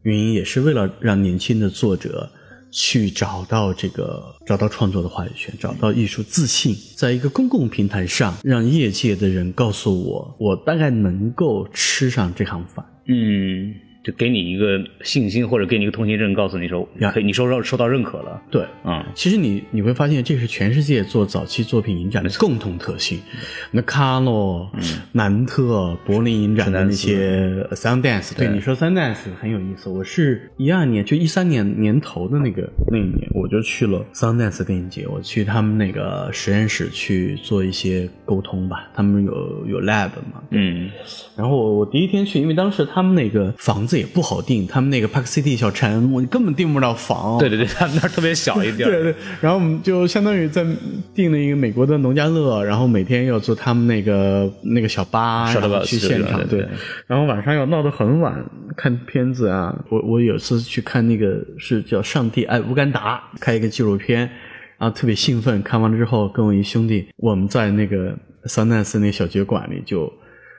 原因也是为了让年轻的作者去找到这个找到创作的话语权，找到艺术自信，在一个公共平台上，让业界的人告诉我，我大概能够吃上这行饭。
嗯，就给你一个信心或者给你一个通行证，告诉你说
呀
可以，你受到受到认可了，
对，
嗯，
其实你你会发现，这是全世界做早期作品影展的共同特性。那卡洛、南特、柏林影展嗯的那些 Sundance，对
对
你说 Sundance 很有意思。我是一二年，就一三年年头的那个那一年，我就去了 Sundance 电影节，我去他们那个实验室去做一些沟通吧。他们有有 lab 嘛，
嗯，
然后我我第一天去，因为当时他们那个房子也不好订，他们那个 Park City 小城，我根本订不着房。
对对对，他们那儿特别小 一点儿，
对对，然后我们就相当于在订了一个美国的农家乐，然后每天要坐他们那个那个小巴，
是的
然后
吧
去
是的
现场，
对对
然后晚上要闹得很晚看片子啊。我我有次去看那个是叫《上帝爱乌干达》，看一个纪录片，然后特别兴奋。看完了之后，跟我一兄弟，我们在那个桑丹斯那小酒馆里就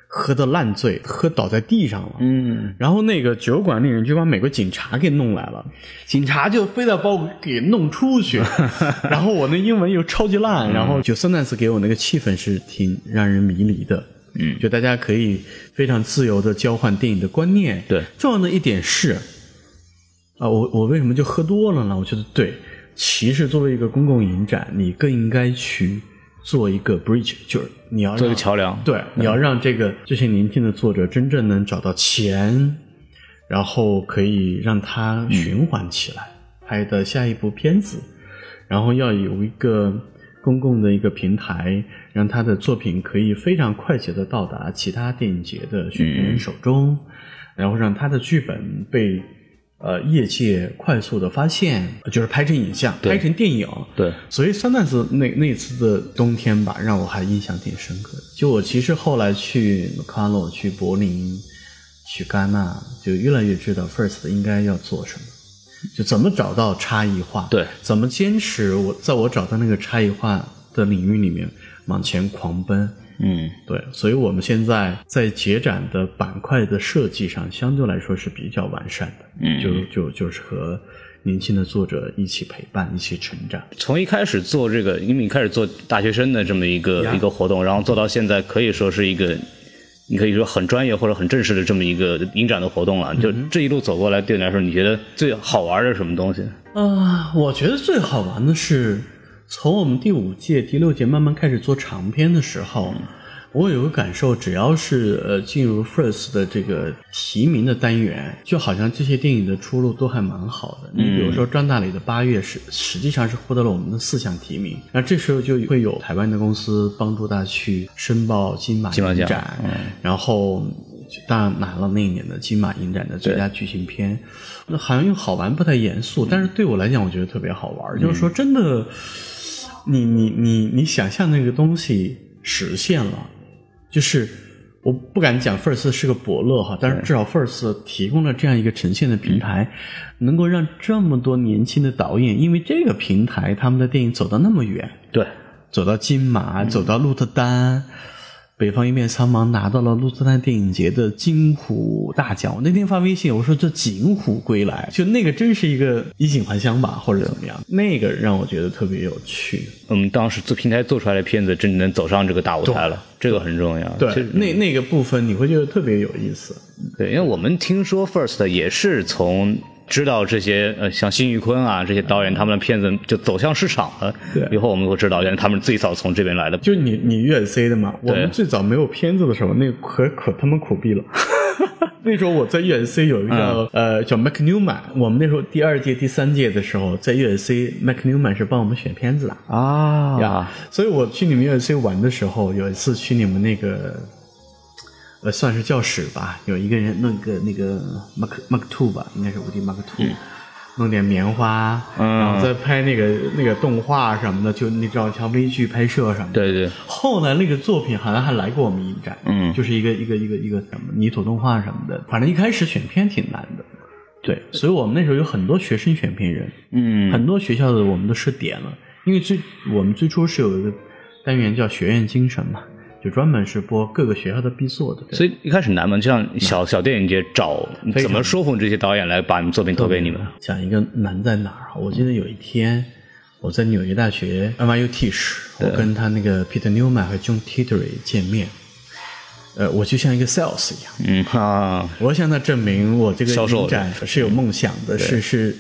喝得烂醉，喝倒在地上了。
嗯，
然后那个酒馆那人就把美国警察给弄来了，警察就非得把我给弄 出去。然后我那英文又超级烂，
嗯
然后九三那次给我那个气氛是挺让人迷离的。嗯，就大家可以非常自由的交换电影的观念。
对
重要的一点是，啊，我我为什么就喝多了呢？我觉得对，其实作为一个公共影展，你更应该去做一个 bridge，就是你要
做一
让
个桥梁，
对，你要让这个这些年轻的作者真正能找到钱，然后可以让它循环起来，拍的下一部片子，然后要有一个公共的一个平台，让他的作品可以非常快捷的到达其他电影节的选片人手中，然后让他的剧本被。呃，业界快速的发现，呃就是拍成影像，
对
拍成电影，
对，
所以三难次那那次的冬天吧，让我还印象挺深刻的。就我其实后来去卡洛、去柏林、去戛纳，就越来越知道 First 应该要做什么，就怎么找到差异化，
对，
怎么坚持我在我找到那个差异化的领域里面往前狂奔。
嗯，
对，所以我们现在在节展的板块的设计上，相对来说是比较完善的，
嗯
就就就是和年轻的作者一起陪伴，一起成长。
从一开始做这个，因为你开始做大学生的这么一个
呀
一个活动，然后做到现在，可以说是一个，你可以说很专业或者很正式的这么一个影展的活动了。就这一路走过来，对你来说，你觉得最好玩的是什么东西？
啊、我觉得最好玩的是，从我们第五届、第六届慢慢开始做长篇的时
嗯
候，我有个感受，只要是呃进入 First 的这个提名的单元，就好像这些电影的出路都还蛮好的。你比
嗯
如说张大磊的《八月》是实际上是获得了我们的四项提名，那这时候就会有台湾的公司帮助他去申报金马
金马
影
奖
展，然后当然拿了那一年的金马影展的最佳剧情片。那好像又好玩不太严肃，但是对我来讲，我觉得特别好玩。就是说，真的，你你你你想象那个东西实现了，就是我不敢讲 First 是个伯乐哈，但是至少 First 提供了这样一个呈现的平台，能够让这么多年轻的导演因为这个平台，他们的电影走到那么远。
对，
嗯走到金马，走到鹿特丹，北方一面苍茫拿到了鹿特丹电影节的金虎大奖。我那天发微信，我说这锦虎归来，就那个真是一个衣锦还乡吧，或者怎么样，那个让我觉得特别有趣。
嗯，当时做平台做出来的片子，真的能走上这个大舞台了，这个很重要。其
对
实，
那那个部分你会觉得特别有意思。
对，因为我们听说 First 也是从知道这些呃，像辛玉坤啊这些导演他们的片子就走向市场了。
对
以后我们会知道，原来他们最早从这边来的。
就你你粤 C 的嘛，我
对
们 最早没有片子的时候，那可可他妈苦逼了。 那时候我在粤 C 有一个、呃叫 Mac Newman，我们那时候第二届、第三届的时候，在粤 C Mac Newman 是帮我们选片子的
啊
呀。所以我去你们粤 C 玩的时候，有一次去你们那个呃算是教室吧，有一个人弄个那个 Mac Mac Two 吧，应该是五 D Mac Two。弄点棉花，
嗯
然后再拍那个那个动画什么的，就那叫像微剧拍摄什么的。
对对，
后来那个作品好像还来过我们影展，
嗯
就是一个一个一个一个什么泥土动画什么的，反正一开始选片挺难的，对，所以我们那时候有很多学生选片人，
嗯，
很多学校的我们都设点了，因为最我们最初是有一个单元叫学院精神嘛，就专门是播各个学校的必做的，对
所以一开始难嘛，就像
嗯
小小电影节找
非常
怎么说服这些导演来把你们作品投给你们。
讲一个难在哪儿啊？我记得有一天我在纽约大学 NYU Teach，我跟他那个 Peter Newman 和 John Tittery 见面，呃，我就像一个 sales 一样。
嗯啊，
我向他证明，我这个
销售
影展是有梦想的，是是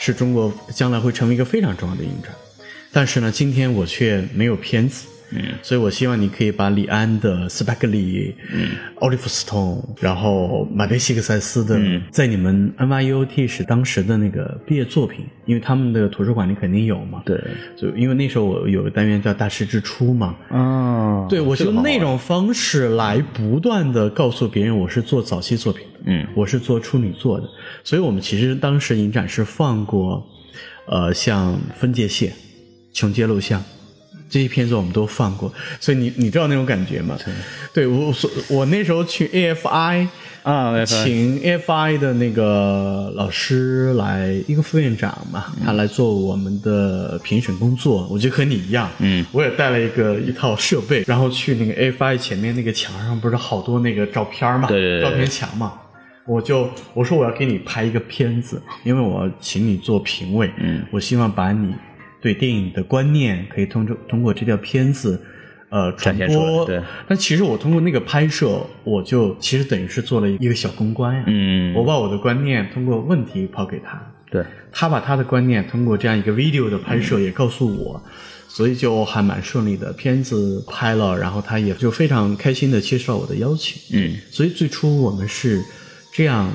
是中国将来会成为一个非常重要的影展。但是呢，今天我却没有片子，嗯，所以我希望你可以把李安的《斯派克里》、嗯、奥利弗·斯通，然后马贝西克塞斯的，
嗯
在你们 NYUT 是当时的那个毕业作品，因为他们的图书馆里肯定有嘛，，
对，
就因为那时候我有个单元叫《大师之初》嘛，
啊，
对，我
这个
就
好玩
那种方式来不断的告诉别人我是做早期作品的，
嗯，
我是做处女作的，所以我们其实当时影展是放过，呃，像分界线、穷街录像这些片子我们都放过，所以你你知道那种感觉吗？对，我所我那时候去 AFI。
啊，来来
请 FI 的那个老师来，一个副院长嘛，他来做我们的评审工作。我觉得和你一样，
嗯，
我也带了一个一套设备，然后去那个 FI 前面那个墙上不是好多那个照片嘛，
对对对
照片墙嘛。我就我说我要给你拍一个片子，因为我要请你做评委，
嗯，
我希望把你对电影的观念可以通过通过这条片子，呃，
展现
传播
出来对
但其实我通过那个拍摄，我就其实等于是做了一个小公关呀、
嗯，
我把我的观念通过问题抛给他，
对，
他把他的观念通过这样一个 video 的拍摄也告诉我，所以就还蛮顺利的。片子拍了，然后他也就非常开心的接受我的邀请。
嗯
所以最初我们是这样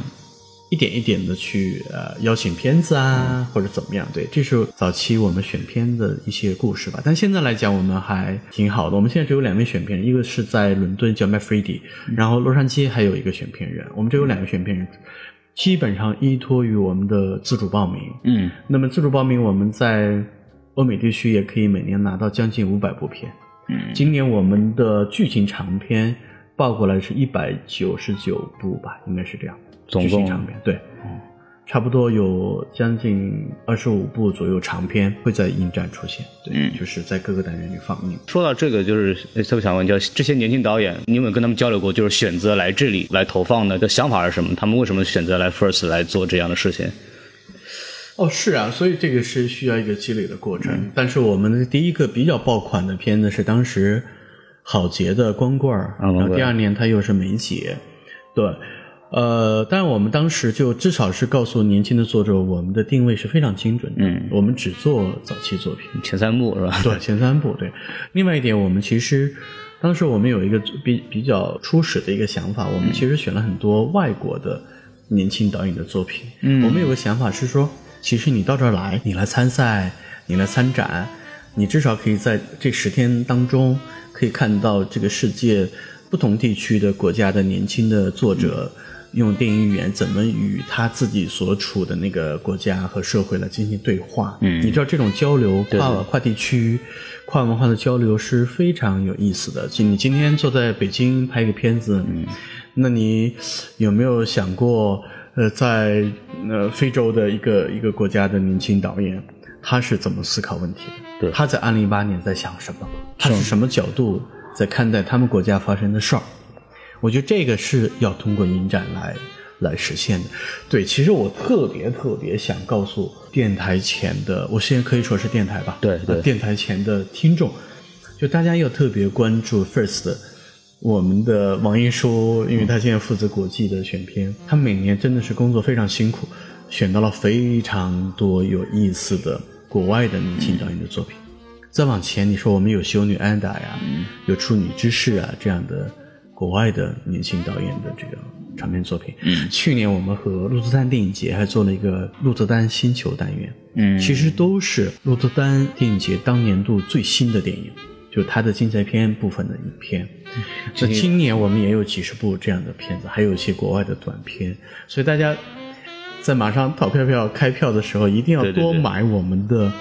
一点一点的去呃邀请片子啊，或者怎么样，对，这是早期我们选片的一些故事吧。但现在来讲，我们还挺好的。我们现在只有两位选片人，一个是在伦敦叫 Matt f r e d y 然后洛杉矶还有一个选片人，我们只有两个选片人。基本上依托于我们的自主报名，
嗯，
那么自主报名，我们在欧美地区也可以每年拿到将近五百部片。
嗯
今年我们的剧情长片报过来是一百九十九部吧，应该是这样。
总
剧
共哦
情长片对，差不多有将近二十五部左右长片会在影展出现。对，
嗯
就是在各个单元里放映。
说到这个，就是呃特别想问，就是这些年轻导演，你有没有跟他们交流过？就是选择来这里来投放的，的想法是什么？他们为什么选择来 First 来做这样的事情？
哦，是啊，所以这个是需要一个积累的过程。
嗯
但是我们的第一个比较爆款的片子是当时郝杰的《光棍儿》，
啊光棍儿
然后第二年他又是梅姐，对，呃，但我们当时就至少是告诉年轻的作者，我们的定位是非常精准的，
嗯
我们只做早期作品，
前三部是吧？
对，前三部对。另外一点，我们其实当时我们有一个比比较初始的一个想法，我们其实选了很多外国的年轻导演的作品。嗯，我们有个想法是说，其实你到这儿来，你来参赛，你来参展，你至少可以在这十天当中可以看到这个世界不同地区的国家的年轻的作者。用电影语言怎么与他自己所处的那个国家和社会来进行对话？嗯，你知道这种交流跨跨地区、跨文化的交流是非常有意思的。就你今天坐在北京拍一个片子，嗯，那你有没有想过，呃，在呃非洲的一个一个国家的年轻导演，他是怎么思考问题的？
对
他在二零一八年在想什么？他是什么角度在看待他们国家发生的事儿。我觉得这个是要通过影展来来实现的。对，其实我特别特别想告诉电台前的，我现在可以说是电台吧，
对对
呃电台前的听众，就大家要特别关注 First 的我们的王一书，因为他现在负责国际的选片，他每年真的是工作非常辛苦，选到了非常多有意思的国外的明星导演的作品。再往前，你说我们有修女安达呀，有处女之事啊这样的国外的年轻导演的这个长篇作品。嗯，去年我们和鹿特丹电影节还做了一个鹿特丹星球单元，
嗯
其实都是鹿特丹电影节当年度最新的电影，就它的竞赛片部分的影片。那今年我们也有几十部这样的片子，还有一些国外的短片，所以大家在马上淘票票开票的时候，一定要
对对
多
对
买我们的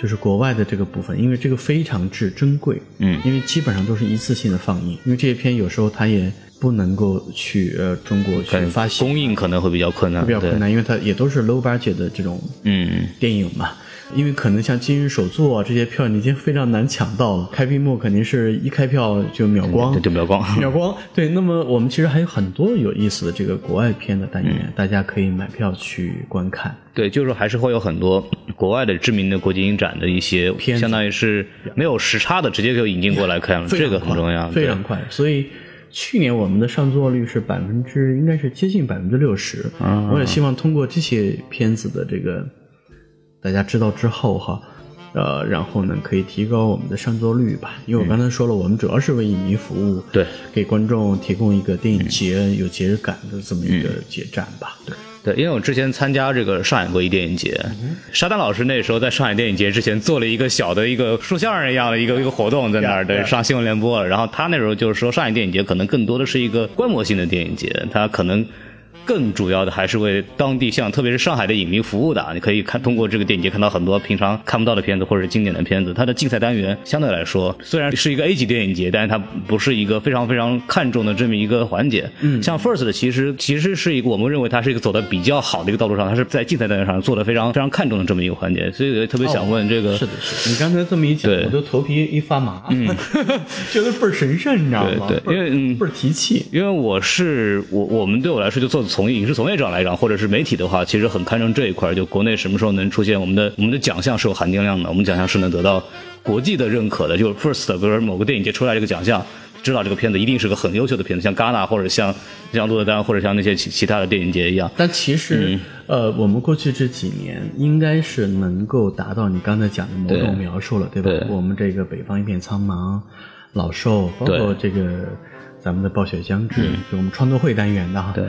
就是国外的这个部分，因为这个非常之珍贵。
嗯
因为基本上都是一次性的放映，因为这些片有时候它也不能够去呃中国去发行，
供应可能会比较困难，
比较
对
困。难，因为它也都是 low budget 的这种
嗯，
电影嘛。因为可能像《今日首座》啊这些票，你已经非常难抢到了。开闭幕肯定是一开票就秒光，
嗯对，就比较光。
秒光。对，那么我们其实还有很多有意思的这个国外片的单元，
嗯
大家可以买票去观看。
对，就是说还是会有很多国外的知名的国际影展的一些
片，子
相当于是没有时差的，直接就引进过来看了，
非常
这个很
快
重要。
非
对
常快。所以去年我们的上座率是百分之，应该是接近百分之六十。
啊
我也希望通过这些片子的这个大家知道之后哈。呃，然后呢，可以提高我们的上座率吧，因为我刚才说了，我们主要是为影迷服务，
嗯对，嗯
给观众提供一个电影节、有节日感的这么一个节展吧，对，
对，因为我之前参加这个上海国际电影节，沙丹老师那时候在上海电影节之前做了一个小的一个说相声一样的一个一个活动在那儿，对，上新闻联播了。然后他那时候就是说，上海电影节可能更多的是一个观摩性的电影节，它可能。更主要的还是为当地像特别是上海的影迷服务的啊，你可以看通过这个电影节看到很多平常看不到的片子或者是经典的片子。它的竞赛单元相对来说虽然是一个 A 级电影节，但是它不是一个非常非常看重的这么一个环节。嗯，像 First 的其实其实是一个我们认为它是一个走的比较好的一个道路上，它是在竞赛单元上做的非常非常看重的这么一个环节。所以我特别想问这个，
哦是的，是的。你刚才这么一讲，
对嗯
我都头皮一发麻， 觉得倍儿神圣，你知道吗？
对对
倍儿
因为嗯
倍儿提气，
因为我是我，我们对我来说，就做从影视从业者来讲，或者是媒体的话，其实很看重这一块儿。就国内什么时候能出现我们的我们的奖项是有含金量的，我们奖项是能得到国际的认可的。就是 First，比如说某个电影节出来这个奖项，知道这个片子一定是个很优秀的片子，像戛纳或者像像鹿特丹或者像那些其其他的电影节一样。
但其实，
嗯
呃，我们过去这几年应该是能够达到你刚才讲的某
对
种描述了，对吧？
对
我们这个北方一片苍茫，老寿，包括这个咱们的暴雪将至，就我们创作会单元的哈。
嗯对。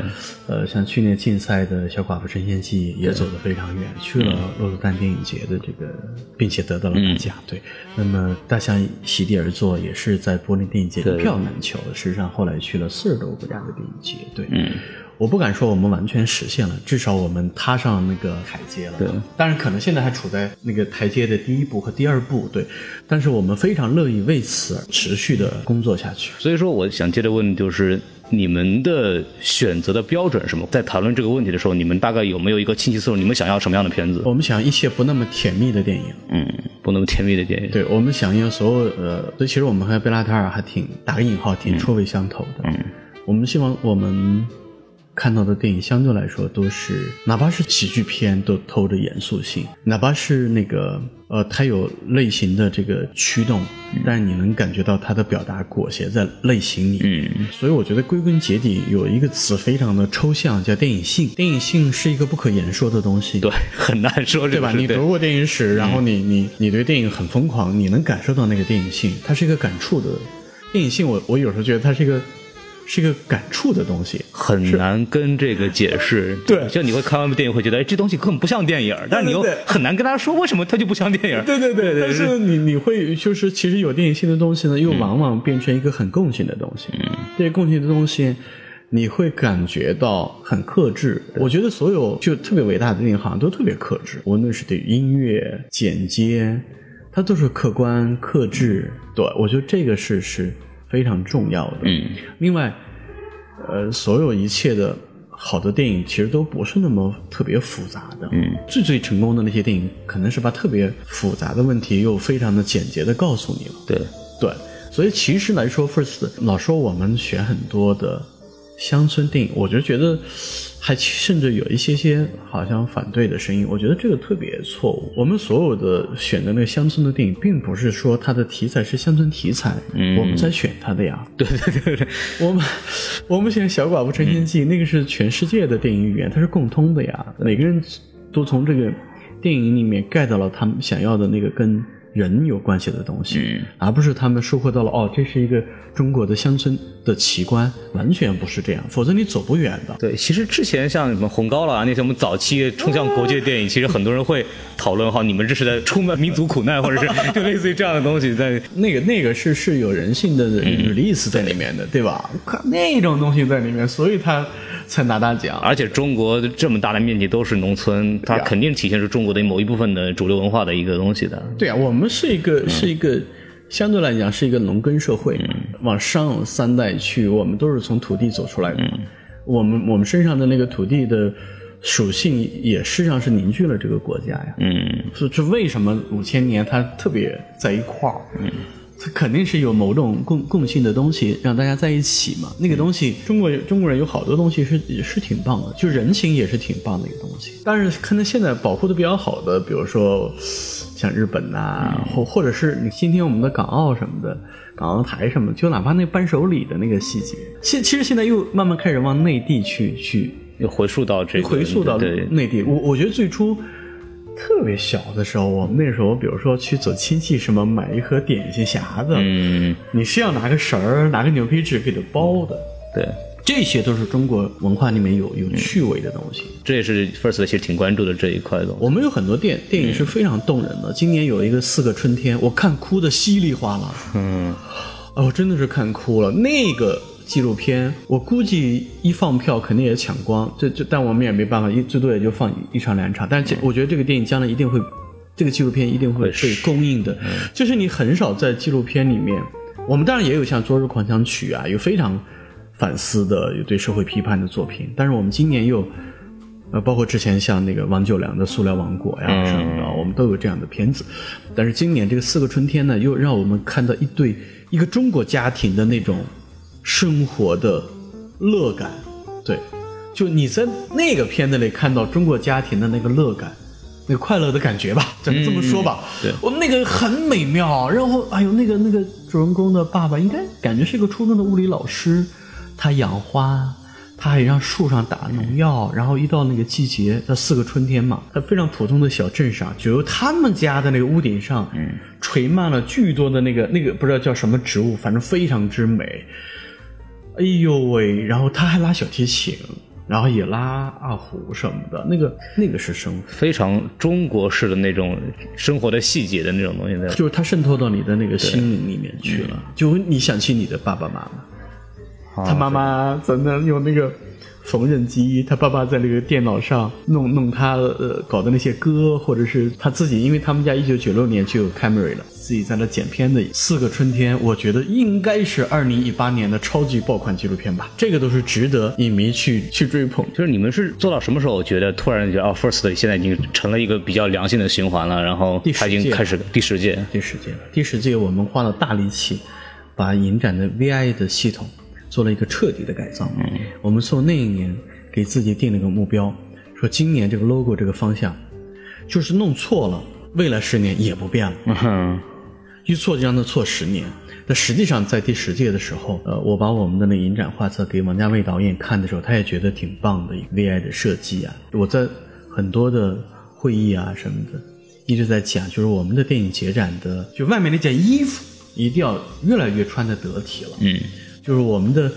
呃，像去年竞赛的小寡妇深陷记也走得非常远，去了
嗯
鹿特丹电影节的这个，并且得到了大奖。对。那么大象席地而坐也是在柏林电影节一
对
票难求，事实上后来去了四十多个国家的电影节。对。嗯。我不敢说我们完全实现了，至少我们踏上那个台阶了。
对，
当然可能现在还处在那个台阶的第一步和第二步，对。但是我们非常乐意为此而持续的工作下去。
所以说，我想接着问，就是你们的选择的标准是什么？在讨论这个问题的时候，你们大概有没有一个清晰思路？你们想要什么样的片子？
我们想一些不那么甜蜜的电影，
嗯，不能甜蜜的电影。
对我们想要所有呃，所以其实我们和贝拉塔尔还挺打个引号，挺臭味相投的。嗯，我们希望我们看到的电影相对来说都是，哪怕是喜剧片都透着严肃性，哪怕是那个呃，它有类型的这个驱动，
嗯
但你能感觉到它的表达裹挟在类型里。
嗯。
所以我觉得归根结底有一个词非常的抽象，叫电影性。电影性是一个不可言说的东西。
对，很难说这
对
个
吧？
是嗯
你读过电影史，然后你你你对电影很疯狂，你能感受到那个电影性，它是一个感触的电影性我。我有时候觉得它是一个是一个感触的东西。
很难跟这个解释。
对
就你会看完部电影会觉得，哎，这东西根本不像电影，但是你又
对对
很难跟他说为什么它就不像电影。
对对对，但是你你会就是其实有电影性的东西呢，又往往变成一个很共性的东西。嗯，这些共性的东西。你会感觉到很克制，我觉得所有就特别伟大的电影好像都特别克制，无论是对音乐、剪接，它都是客观克制。对我觉得这个是是非常重要的。
嗯，
另外，呃，所有一切的好的电影其实都不是那么特别复杂的。嗯，最最成功的那些电影，可能是把特别复杂的问题又非常的简洁的告诉你了。
对，
对，所以其实来说，First 老说我们选很多的乡村电影，我就觉得还甚至有一些些好像反对的声音，我觉得这个特别错误。我们所有的选的那个乡村的电影，并不是说它的题材是乡村题材，我们在选它的呀。
对对对对，
我们我们选《小寡妇陈仙记》，那个是全世界的电影语言，它是共通的呀。每个人都从这个电影里面 get 到了他们想要的那个跟人有关系的东西，而不是他们收获到了哦，这是一个中国的乡村的奇观，完全不是这样，否则你走不远的。
对，其实之前像什么红高粱啊那些我们早期冲向国际的 电影，其实很多人会讨论哈，你们这是在出卖民族苦难，或者是 就类似于这样的东西在。
那个那个是是有人性的 release 在里面的，对吧？看那种东西在里面，所以他才拿大奖。
而且中国这么大的面积都是农村，它
对啊
肯定体现出中国的某一部分的主流文化的一个东西的。
对啊，我们是一个、是一个相对来讲是一个农耕社会，往上三代去，我们都是从土地走出来的。我们我们身上的那个土地的属性，也事实上是凝聚了这个国家呀。
嗯，
所以这为什么五千年它特别在一块儿？嗯，它肯定是有某种共共性的东西让大家在一起嘛。那个东西，嗯中国中国人有好多东西是也是挺棒的，就人情也是挺棒的一个东西。但是可能现在保护的比较好的，比如说像日本呐、或或者是你今天我们的港澳什么的。港澳台什么，就哪怕那扳手礼的那个细节，现其实现在又慢慢开始往内地去去
又回溯到这个，
回溯到
对
内地。我我觉得最初特别小的时候，我们那时候比如说去走亲戚什么，买一盒点心匣子，
嗯，
你是要拿个绳儿、拿个牛皮纸给它包的，
对，
这些都是中国文化里面有有趣味的东西。
这也是 First 其实挺关注的这一块的东西。
我们有很多电电影是非常动人的，今年有一个《四个春天》，我看哭的稀里哗啦。
嗯，
哦，真的是看哭了。那个纪录片，我估计一放票肯定也抢光，这这，但我们也没办法，一最多也就放一一场两场。但是这、我觉得这个电影将来一定会，这个纪录片一定会
会
被公映的。就是你很少在纪录片里面，我们当然也有像《昨日狂想曲》啊，有非常反思的，有对社会批判的作品，但是我们今年又。呃，包括之前像那个王九良的《塑料王国》呀什么的，我们都有这样的片子。但是今年这个《四个春天》呢，又让我们看到一对一个中国家庭的那种生活的乐感。对，就你在那个片子里看到中国家庭的那个乐感。那个快乐的感觉吧，只能这么说吧。
对
我们那个很美妙。然后，哎呦，那个那个主人公的爸爸应该感觉是个初中的物理老师，他养花，他还让树上打农药，然后一到那个季节，那四个春天嘛，在非常普通的小镇上，就由他们家的那个屋顶上，嗯，垂漫了巨多的那个那个不知道叫什么植物，反正非常之美。哎呦喂，然后他还拉小提琴，然后也拉二胡什么的，那个那个是生活。
非常中国式的那种生活的细节的那种东西在。
就是它渗透到你的那个心灵里面去了，嗯哦就你想起你的爸爸妈妈，他妈妈在那用那个缝纫机，他爸爸在那个电脑上弄弄他呃搞的那些歌，或者是他自己，因为他们家一九九六年就有 Camry 了，自己在那剪片的《四个春天》，我觉得应该是二零一八年的超级爆款纪录片吧，这个都是值得影迷去去追捧。
就是你们是做到什么时候？我觉得突然觉得哦，First 现在已经成了一个比较良性的循环了，然后
第十
它已经
届
开始第十届，
第十届，第十届我们花了大力气，把影展的 VI 的系统做了一个彻底的改造。我们从那一年给自己定了个目标，说今年这个 logo 这个方向，就是弄错了，未来十年也不变了。
嗯，
一错就让他错十年。那实际上在第十届的时候，呃，我把我们的那影展画册给王家卫导演看的时候，他也觉得挺棒的一个 VI 的设计啊。我在很多的会议啊什么的，一直在讲，就是我们的电影节展的，就外面那件衣服一定要越来越穿的得体了。嗯，就是我们的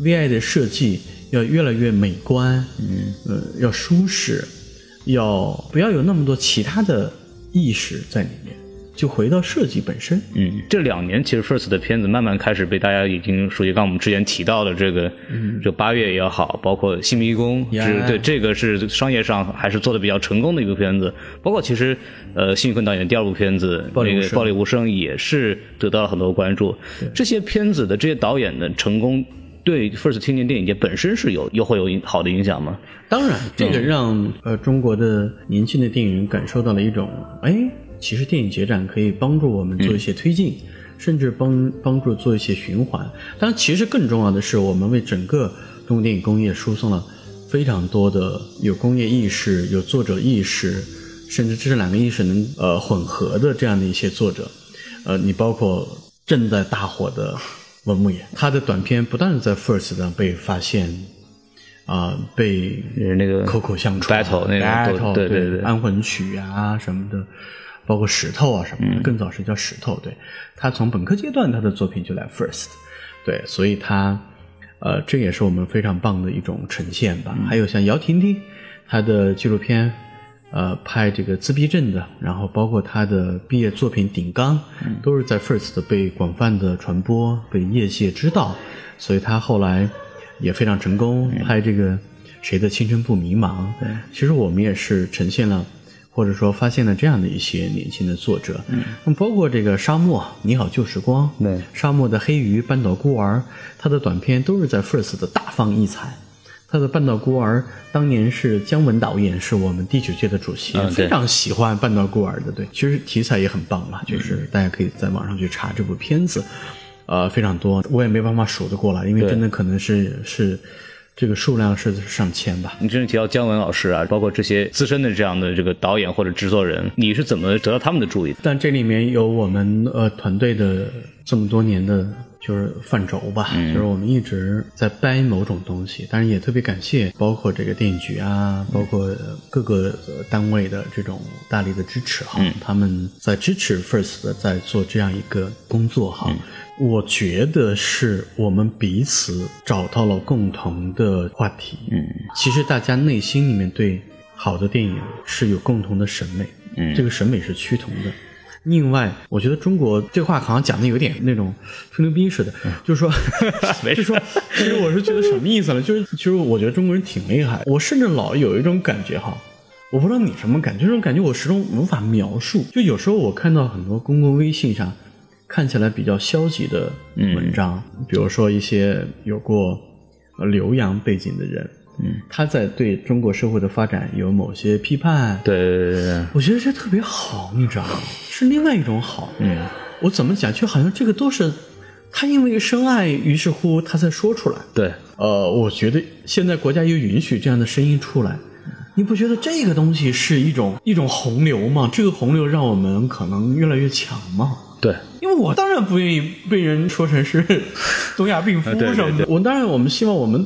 VI 的设计要越来越美观，嗯，呃，要舒适，要不要有那么多其他的意识在里面，就回到设计本身。
嗯，这两年其实 First 的片子慢慢开始被大家已经属于刚刚我们之前提到的这个，这八月也好，包括《新迷宫》
嗯呀
是对这个是商业上还是做的比较成功的一部片子，包括其实呃辛宇坤导演的第二部片子《
暴力
那
无
个
声
暴力无声》也是得到了很多关注。这些片子的这些导演的成功，对 First 青年电影节本身是有又会有影好的影响吗？
当然，这个让呃中国的年轻的电影人感受到了一种，哎，其实电影节展可以帮助我们做一些推进，甚至帮帮助做一些循环。当然，其实更重要的是，我们为整个中国电影工业输送了非常多的有工业意识、有作者意识，甚至这两个意识能呃混合的这样的一些作者。呃，你包括正在大火的文牧野，他的短片不断的在 First 上被发现，啊、被
呃那个
口口相传
battle 那种
battle
对对
对
对对
安魂曲啊什么的，包括石头啊什么的，
嗯
更早是叫石头，对他从本科阶段他的作品就来 First，对，所以他呃这也是我们非常棒的一种呈现吧。还有像姚婷婷，她的纪录片。呃，拍这个自闭症的，然后包括他的毕业作品《顶缸》，都是在 First 被广泛的传播，被业界知道，所以他后来也非常成功，拍这个《谁的青春不迷茫》。其实我们也是呈现了，或者说发现了这样的一些年轻的作者，那么包括这个《沙漠》《你好旧时光》
对
沙漠的黑鱼》《半岛孤儿》，他的短片都是在 First 的大放异彩。他的《半岛孤儿》当年是姜文导演，是我们第九届的主席，
嗯对嗯
非常喜欢《半岛孤儿》的。对，其实题材也很棒啦，就是大家可以在网上去查这部片子，呃，非常多，我也没办法数得过来，因为
对
真的可能是是这个数量是上千吧。
你真是提到姜文老师啊，包括这些资深的这样的这个导演或者制作人，你是怎么得到他们的注意的？
但这里面有我们呃团队的这么多年的，就是范畴吧，就是我们一直在掰某种东西。当然也特别感谢，包括这个电影局啊，包括呃各个呃单位的这种大力的支持哈，他们在支持 First 的在做这样一个工作哈。我觉得是我们彼此找到了共同的话题。嗯，其实大家内心里面对好的电影是有共同的审美，嗯，这个审美是趋同的。另外，我觉得中国这话好像讲的有点那种吹牛逼似的，就是说，就是说，其实我是觉得什么意思呢？就是其实我觉得中国人挺厉害，我甚至老有一种感觉哈，我不知道你什么感觉，这种感觉我始终无法描述。就有时候我看到很多公共微信上看起来比较消极的文章，比如说一些有过呃留洋背景的人，嗯，他在对中国社会的发展有某些批判，
对对对对
我觉得这特别好，你知道吗？是另外一种好。嗯，我怎么讲？就好像这个都是他因为深爱，于是乎他才说出来。
对，
呃，我觉得现在国家又允许这样的声音出来，你不觉得这个东西是一种一种洪流吗？这个洪流让我们可能越来越强吗？
对，
因为我当然不愿意被人说成是东亚病夫 什么的。
对对对
我当然我们希望我们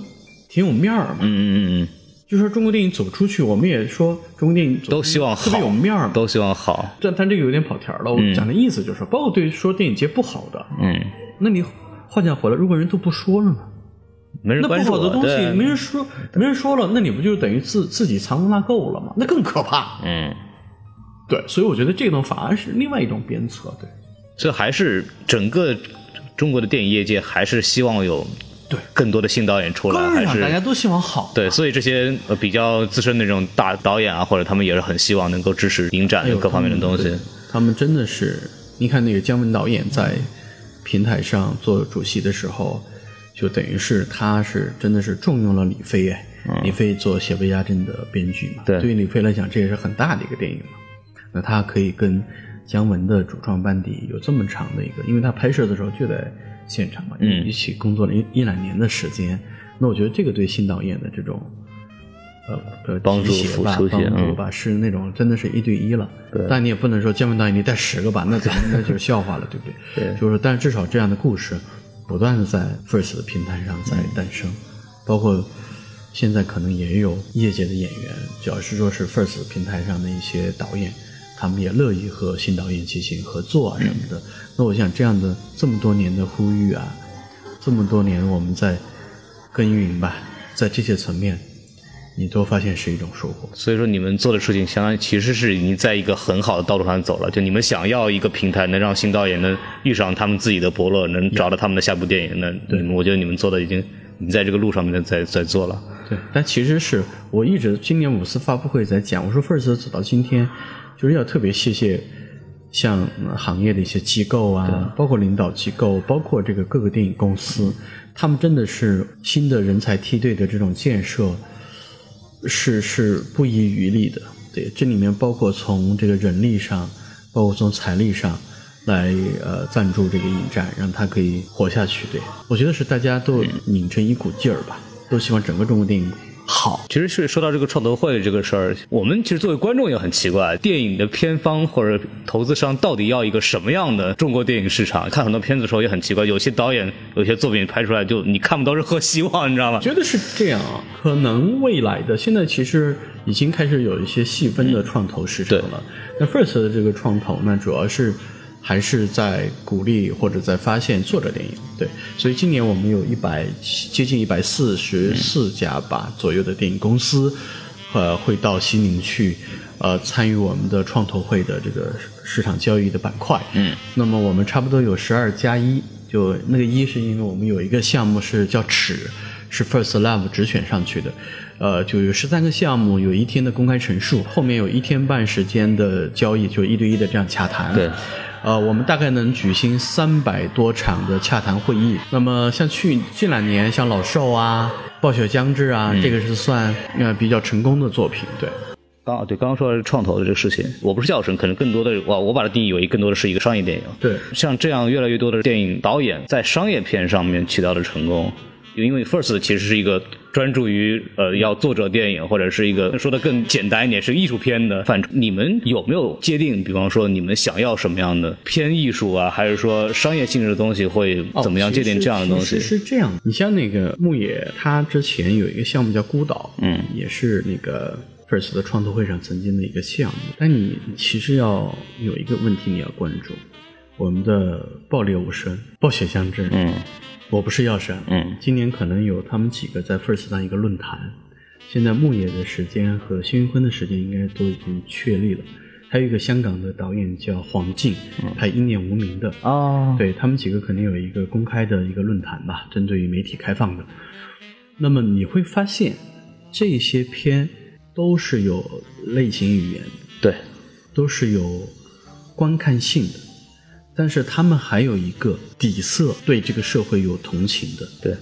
挺有面儿嘛，
嗯嗯嗯
就说中国电影走出去，我们也说中国电影走出去
都希望好
特别有面儿
嗯，。
嘛
都希望好，
但但这个有点跑题儿了。我讲的意思就是，包括对于说电影节不好的，
嗯，
那你话讲回来，如果人都不说了呢？
没人
那
关
不
注
好的
我
东西
对
没人说，没人说了，那你不就等于自自己藏污纳垢了吗？那更可怕。
嗯，
对，所以我觉得这种反而是另外一种鞭策。对，
所以还是整个中国的电影业界还是希望有
对
更多的新导演出来，
当
还
然
是
大家都希望好。
对，所以这些呃比较资深的这种大导演啊，或者他们也是很希望能够支持影展
哎呦，
各方面的东
他
西
们。他们真的是，你看那个姜文导演在平台上做主席的时候，就等于是他是真的是重用了李飞哎，李飞做《邪不压正》的编剧嘛，
嗯对
对于李飞来讲，这也是很大的一个电影嘛。那他可以跟姜文的主创班底有这么长的一个，因为他拍摄的时候就在现场嘛，
嗯
一起工作了一一两年的时间。那我觉得这个对新导演的这种。呃呃，
帮助
提携吧，
扶持
帮
嗯
助吧，是那种真的是一对一了。但你也不能说姜文导演你带十个吧，那咱们那就是笑话了，对不对？
对
就是，但是至少这样的故事不断的在 First 的平台上在诞生，包括现在可能也有业界的演员，只要是说是 First 平台上的一些导演，他们也乐意和新导演进行合作啊什么的。那我想这样的这么多年的呼吁啊，这么多年我们在耕耘吧，在这些层面，你都发现是一种收获。
所以说，你们做的事情相当于其实是已经在一个很好的道路上走了。就你们想要一个平台，能让新导演能遇上他们自己的伯乐，能找到他们的下部电影，那你们我觉得你们做的已经，你在这个路上面的在在做了。
对，但其实是我一直今年五四发布会在讲，我说 First 走到今天，就是要特别谢谢像呃行业的一些机构啊，包括领导机构，包括这个各个电影公司，他们真的是新的人才梯队的这种建设，是是不遗余力的。对，这里面包括从这个人力上，包括从财力上，来呃赞助这个影展，让它可以活下去。对我觉得是大家都拧成一股劲儿吧，都希望整个中国电影好。
其实是说到这个创投会这个事儿，我们其实作为观众也很奇怪，电影的片方或者投资商到底要一个什么样的中国电影市场？看很多片子的时候也很奇怪，有些导演有些作品拍出来就你看不到任何希望，你知道吗？
觉得是这样啊，可能未来的现在其实已经开始有一些细分的创投市场了。那 First 的这个创投呢，主要是还是在鼓励或者在发现作者电影，对。所以今年我们有一百接近一百四十四家吧左右的电影公司，呃，会到西宁去。呃，参与我们的创投会的这个市场交易的板块，嗯，那么我们差不多有十二加一，就那个一是因为我们有一个项目是叫尺，是 First Love 直选上去的，呃，就有十三个项目，有一天的公开陈述，后面有一天半时间的交易，就一对一的这样洽谈。
对，
呃，我们大概能举行三百多场的洽谈会议。那么像去近两年，像老寿啊、暴雪将至啊，这个是算呃比较成功的作品，对。
刚哦，对，刚刚说到创投的这个事情，我不是教程，可能更多的我我把它定义为更多的是一个商业电影。
对
像这样越来越多的电影导演在商业片上面取得的成功，因为 First 其实是一个专注于呃要作者电影或者是一个说的更简单一点是艺术片的范畴。你们有没有界定？比方说你们想要什么样的偏艺术啊，还是说商业性质的东西会怎么样界定这样的东西？
哦其实哦是是这样的，你像那个牧野，他之前有一个项目叫孤岛，嗯，也是那个 First 的创投会上曾经的一个项目。但你其实要有一个问题你要关注，我们的暴裂无声、暴雪相争，
嗯，
我不是药神，
嗯，
今年可能有他们几个在 First 上一个论坛。现在牧野的时间和辛云坤的时间应该都已经确立了。还有一个香港的导演叫黄静，拍《英年无名》的，
哦，
对他们几个肯定有一个公开的一个论坛吧，针对于媒体开放的。那么你会发现，这些片都是有类型语言的，
对，
都是有观看性的，但是他们还有一个底色，对这个社会有同情的，
对，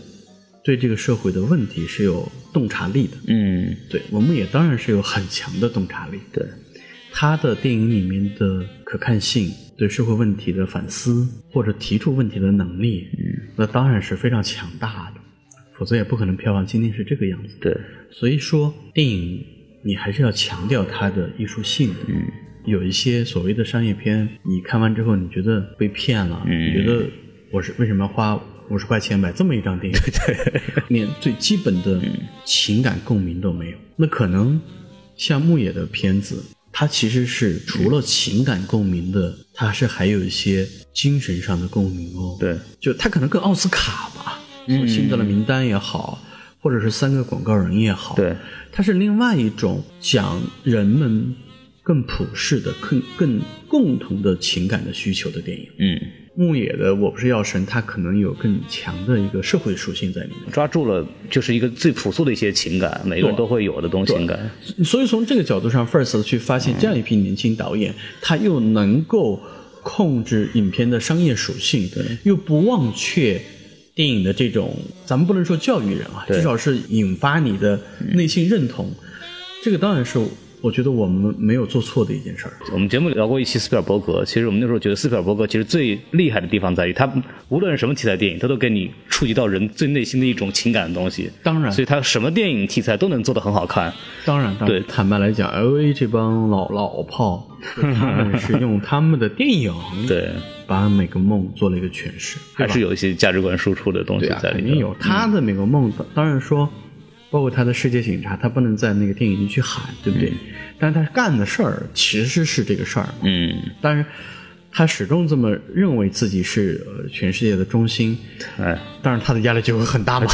对这个社会的问题是有洞察力的。
嗯，
对我们也当然是有很强的洞察力，
对，
他的电影里面的可看性、对社会问题的反思或者提出问题的能力，嗯，那当然是非常强大的，否则也不可能票房今天是这个样子。
对，
所以说，电影你还是要强调它的艺术性的。嗯，有一些所谓的商业片，你看完之后你觉得被骗了，你觉得我是为什么要花五十块钱买这么一张电影？连最基本的情感共鸣都没有。那可能像牧野的片子，它其实是除了情感共鸣的，它是还有一些精神上的共鸣哦。
对，
就它可能跟奥斯卡吧，所新的名单也好，或者是三个广告人也好，
对，
它是另外一种讲人们更普世的、更更共同的情感的需求的电影。
嗯，
牧野的《我不是药神》，它可能有更强的一个社会属性在里面。
抓住了就是一个最朴素的一些情感，每个人都会有的东西，情感。
所以从这个角度上，First 去发现这样一批年轻导演，他又能够控制影片的商业属性，又不忘却电影的这种，咱们不能说教育人啊，至少是引发你的内心认同。这个当然是我觉得我们没有做错的一件事儿。
我们节目聊过一期斯皮尔伯格，其实我们那时候觉得斯皮尔伯格其实最厉害的地方在于，他无论是什么题材电影，他都给你触及到人最内心的一种情感的东西。
当然
所以他什么电影题材都能做得很好看。
当然，当然，
对
坦白来讲，L A 这帮老老炮，他们是用他们的电影
对，
把每个梦做了一个诠释，对
还
吧
是有一些价值观输出的东西
对啊，
在里
肯
面。
定有他的美国梦。当然说，包括他的世界警察，他不能在那个电影里去喊，对不对？但是他干的事儿其实是这个事儿嘛。
嗯，
但是他始终这么认为自己是呃全世界的中心，
哎。
当然他的压力就会很大嘛。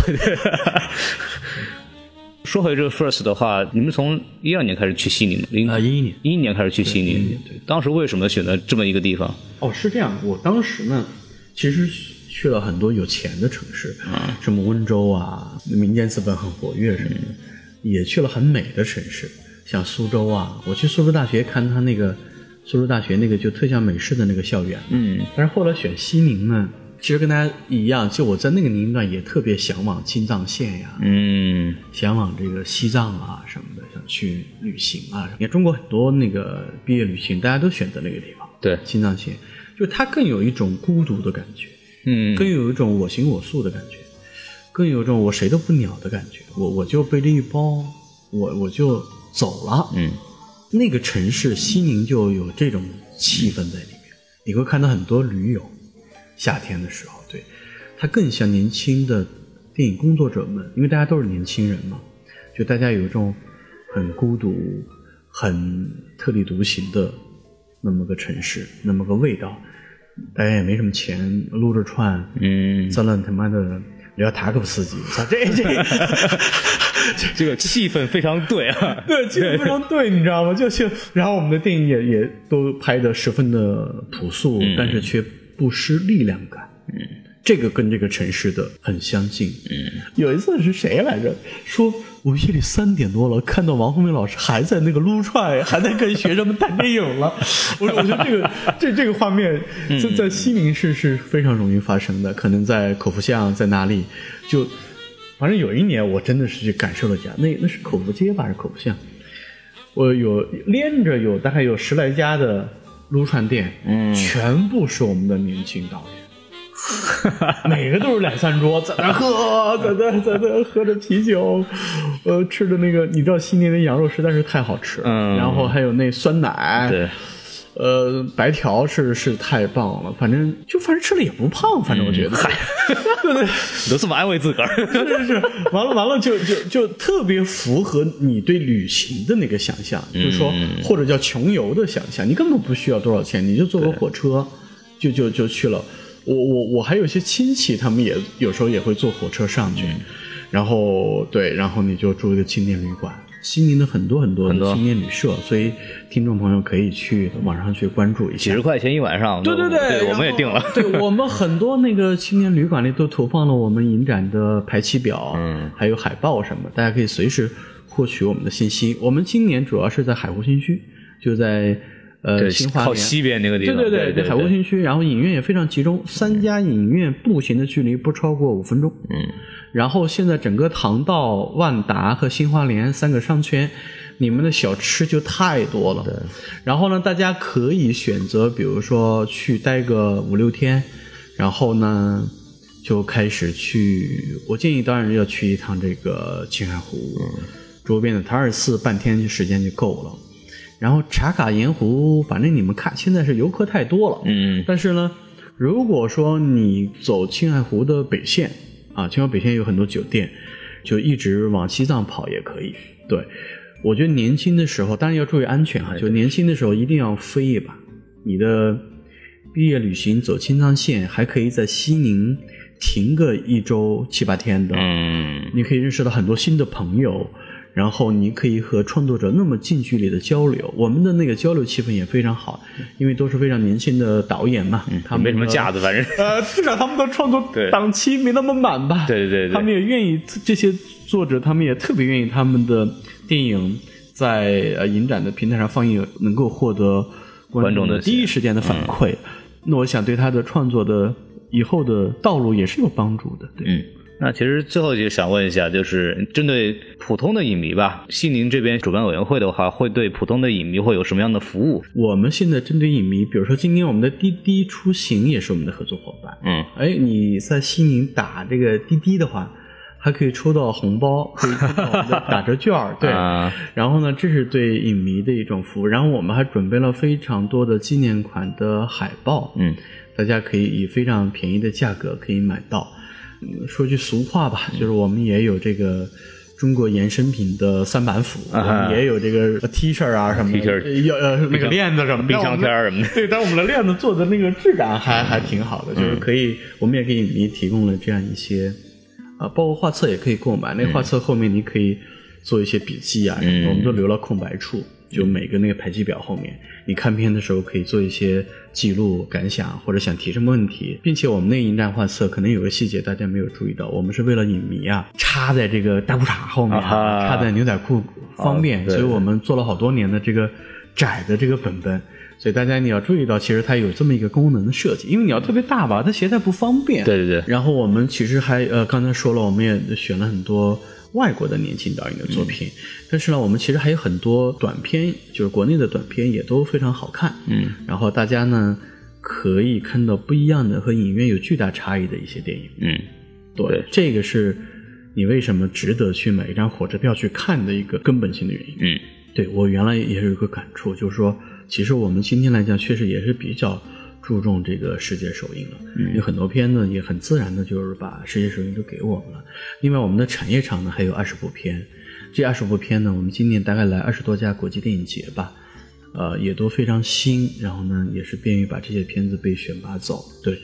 说回这个 First 的话，你们从一二年开始去西宁，零
啊11年
一一年开始去西
对11
宁
年对，
当时为什么选择这么一个地方？
哦，是这样，我当时呢，其实去了很多有钱的城市，什么温州啊，民间资本很活跃什么的，也去了很美的城市，像苏州啊，我去苏州大学看他那个苏州大学那个就特像美式的那个校园，
嗯，
但是后来选西宁呢，其实跟大家一样，就我在那个年龄段也特别向往青藏线呀、
嗯，
向往这个西藏啊什么的，想去旅行啊。你看中国很多那个毕业旅行，大家都选择那个地方，
对
青藏线。就它更有一种孤独的感觉，
嗯，
更有一种我行我素的感觉，更有一种我谁都不鸟的感觉。我我就背着一包，我我就走了。
嗯，
那个城市西宁就有这种气氛在里面，你会看到很多驴友，夏天的时候，对，它更像年轻的电影工作者们，因为大家都是年轻人嘛，就大家有一种很孤独、很特立独行的那么个城市，那么个味道。大家也没什么钱，撸着串，
嗯，
咱们他妈的聊塔可夫斯基，操这这，
这个气氛非常对啊，
对，基本非常对，你知道吗？就是，然后我们的电影也也都拍得十分的朴素，但是却不失力量感。嗯，这个跟这个城市的很相近。嗯，有一次是谁来着？说我们夜里三点多了，看到王宏明老师还在那个撸串，还在跟学生们谈电影 了。我说，我觉得这个这这个画面就在西宁市是非常容易发生的，可能在口福巷，在哪里就。反正有一年我真的是去感受了一下，那那是口福街吧，还是口福巷？我有连着有大概有十来家的撸串店，嗯，全部是我们的年轻导演， 每个都是两三桌，在那儿喝，在那儿在那儿喝着啤酒，呃，吃的那个你知道西宁的羊肉实在是太好吃了，
嗯
然后还有那酸奶，
对，
呃，白条是是太棒了，反正就反正吃了也不胖，反正我觉
嗯
得，对对。
你都这么安慰自个儿，
真的是完了完了就就就特别符合你对旅行的那个想象，就是说或者叫穷游的想象，你根本不需要多少钱，你就坐个火车就就就去了。我我我还有一些亲戚，他们也有时候也会坐火车上去，然后对，然后你就住一个青年旅馆。西宁的很多很多
很
的
多
青年旅社，所以听众朋友可以去网上去关注一 下
几。十块钱一晚上，
对对
对
对，
我们也定了
然后。 对我们很多那个青年旅馆里都投放了我们影展的排期表，嗯，还有海报什么，大家可以随时获取我们的信息。我们今年主要是在海湖新区，就在呃
对
新华
靠
园。
西边那个地
对
方，
对
对
在海湖新区，然后影院也非常集中，三家影院步行的距离不超过五分钟。嗯，然后现在整个唐道、万达和新华联三个商圈，你们的小吃就太多了。对，然后呢，大家可以选择，比如说去待个五六天，然后呢。就开始去，我建议当然要去一趟这个青海湖、周边的塔尔寺，半天时间就够了。然后茶卡盐湖，反正你们看，现在是游客太多了。
嗯，
但是呢，如果说你走青海湖的北线啊，青海北线有很多酒店，就一直往西藏跑也可以。对，我觉得年轻的时候，当然要注意安全啊，就年轻的时候一定要飞一把。你的毕业旅行走青藏线，还可以在西宁停个一周七八天的。
嗯，
你可以认识到很多新的朋友，然后你可以和创作者那么近距离的交流。我们的那个交流气氛也非常好，因为都是非常年轻的导演嘛，他们
嗯没什么
的
架子，反正
呃，至少他们的创作
对
档期没那么满吧？
对对对
他们也愿意这些作者，他们也特别愿意他们的电影在呃影展的平台上放映，能够获得观
观众的嗯
第一时间的反馈。那我想对他的创作的以后的道路也是有帮助的。对，
嗯，那其实最后就想问一下，就是针对普通的影迷吧，西宁这边主办委员会的话，会对普通的影迷会有什么样的服务？
我们现在针对影迷，比如说今天我们的滴滴出行也是我们的合作伙伴。
嗯，
哎，你在西宁打这个滴滴的话，还可以抽到红包，可以抽到我们的打折券儿。对，
啊
然后呢，这是对影迷的一种服务。然后我们还准备了非常多的纪念款的海报，
嗯，
大家可以以非常便宜的价格可以买到。嗯说句俗话吧，
嗯
就是我们也有这个。中国衍生品的三板斧，我们也有这个呃 T 恤啊什么的
啊 T 恤
呃要呃那个
箱
链子什么的，
冰箱贴儿什么的
对，但我们的链子做的那个质感还还挺好的，
嗯
就是可以，我们也给影迷提供了这样一些，啊，包括画册也可以购买，那
嗯
个画册后面你可以做一些笔记啊，什么的，我们都留了空白处，就每个那个排期表后面，你看片的时候可以做一些记录、感想或者想提什么问题，并且我们那个影展画册可能有个细节大家没有注意到，我们是为了影迷啊插在这个大裤衩后面啊，
啊哈
插在牛仔裤方便，
啊对
所以我们做了好多年的这个窄的这个本本。所以大家你要注意到，其实它有这么一个功能的设计，因为你要特别大吧，它携带不方便。
对对对，
然后我们其实还呃，刚才说了，我们也选了很多外国的年轻导演的作品，但是呢，我们其实还有很多短片，就是国内的短片也都非常好看。
嗯，
然后大家呢可以看到不一样的和影院有巨大差异的一些电影。
嗯，
对，
对
这个是你为什么值得去买一张火车票去看的一个根本性的原因。
嗯，
对我原来也有一个感触，就是说，其实我们今天来讲，确实也是比较注重这个世界首映了，
嗯
因为很多片呢也很自然的就是把世界首映就给我们了。另外，我们的产业厂呢还有二十部片，这二十部片呢，我们今年大概来二十多家国际电影节吧。呃，也都非常新，然后呢，也是便于把这些片子被选拔走。对，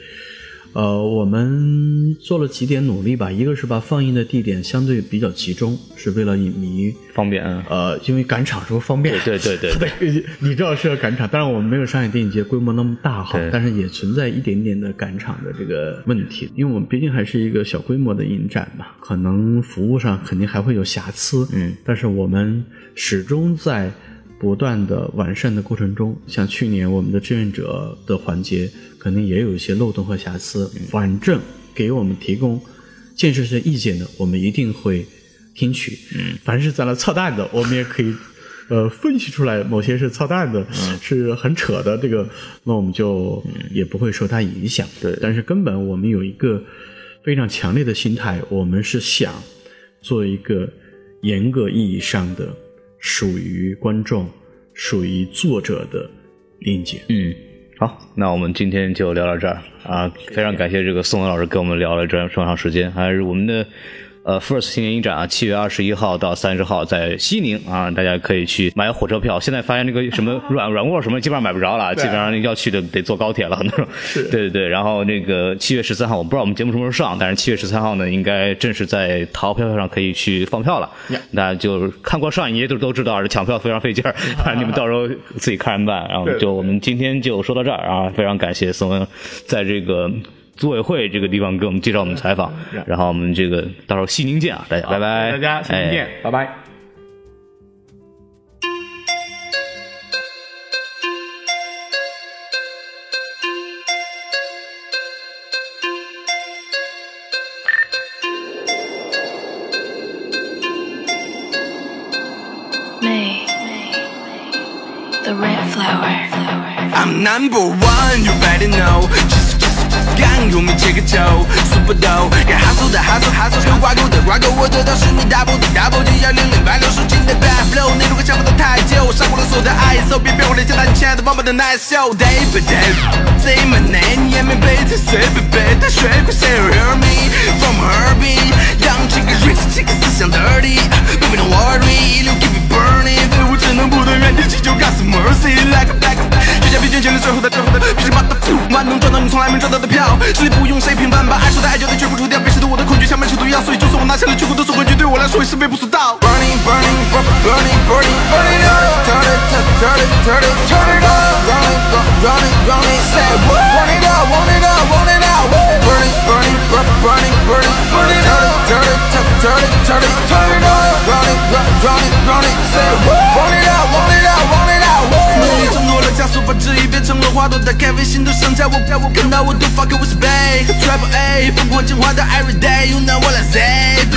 呃，我们做了几点努力吧，一个是把放映的地点相对比较集中，是为了影迷
方便啊。
呃，因为赶场时候方便，
对对对对
你知道是要赶场，当然我们没有上海电影节规模那么大哈
对，
但是也存在一点点的赶场的这个问题，因为我们毕竟还是一个小规模的影展嘛，可能服务上肯定还会有瑕疵，
嗯，
但是我们始终在不断的完善的过程中，像去年我们的志愿者的环节，肯定也有一些漏洞和瑕疵，
嗯
反正给我们提供建设性意见的，我们一定会听取。嗯，凡是咱俩操蛋的，我们也可以。呃，分析出来某些是操蛋的，是很扯的，这个那我们就也不会受它影响。
对
但是根本我们有一个非常强烈的心态，我们是想做一个严格意义上的属于观众、属于作者的电影节。
嗯，好，那我们今天就聊到这儿啊，非常感谢这个宋文老师跟我们聊了这么长时间，还是我们的。呃，First 青年影展啊，七月二十一号到三十号在西宁啊，大家可以去买火车票。现在发现这个什么软软卧什么基本上买不着了，基本上要去的得坐高铁了，很多人。对对对，然后那个七月十三号，我不知道我们节目什么时候上，但是七月十三号呢，应该正式在淘票上可以去放票了。那就看过上一页就都知道，这抢票非常费 劲儿，你们到时候自己看着办。然后就我们今天就说到这儿啊，非常感谢宋恩在这个组委会这个地方给我们介绍我们采访，然后我们这个到时候西宁见啊，大家拜拜，
大家，下期见
哎，
拜拜。
May, the red flower.
I'm number one, you better know. Just, just, just 干股民切个球，Super Dough，该 hustle 的 hustle hustle，跟挂钩的挂钩，我得到是你 double 的 double，这幺零零八六是今天的 bad flow。你如果想我的太久，我上过了所有的 ISO，别骗我廉价的亲爱的王八的 nice show，day by day。Say my name，也没被子随便背，但谁会 say hear me from Herbie？让这个 rich 这个思想 dirty，baby don't worry，look keep it burning，队伍只能不断原地祈求 God s mercy like a black。这家比肩前的最后的最后的，必须把的万能赚到你从来没赚到的票，实力不用谁评判，把爱说的爱就得全部除掉，别试图我的恐惧像被吃毒药，所以就算我拿下了全国的总冠军，对我来说也是微不足道。Burning burning burning burning burning burning up, turn it up, turn it turn it turn it up, run it up, run it run it say what? Run it up, run it up, run it out. Burning burning burning burning burning burning up, turn it up, turn it turn it turn it up, run it run run it run it say what? Run it up, run it up, run it out. 努力挣脱了枷锁，把质疑变成了花朵，打开微信都想加我，加我看到我都发给我 s p a c e 和 Triple A，疯狂进化到 Everyday，You know what I say。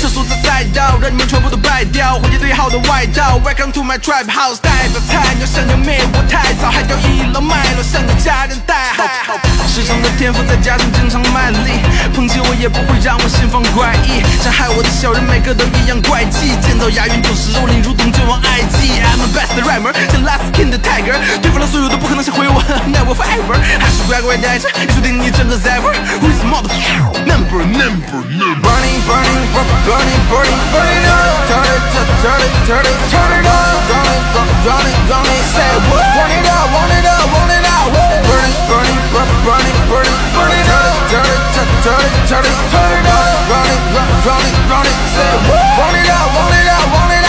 车速在赛道，让你们全部都败掉，换件对号的外套。Welcome to my tribe house，代表菜鸟想要灭我太早，还掉一楼脉络，像个家人带好。市场的天赋再加上经常卖力，抨击我也不会让我心放怪异。伤害我的小人每个都一样怪气，见到牙晕就是蹂躏，如同君王爱姬。I'm the best rhymer，像 Last King 的 Tiger，对付了所有都不可能想毁我，Never forever，还是乖乖待着，注定你整个 Ever。Who is mother number number number burning burning burning burning burning burning up turn it up turn it turn it turn it up run it up run it run it say what run it up run it up run it out burning burning burning burning burning burning up turn it turn it turn it turn it turn it up run it run run it run it say what run it up run it up run it out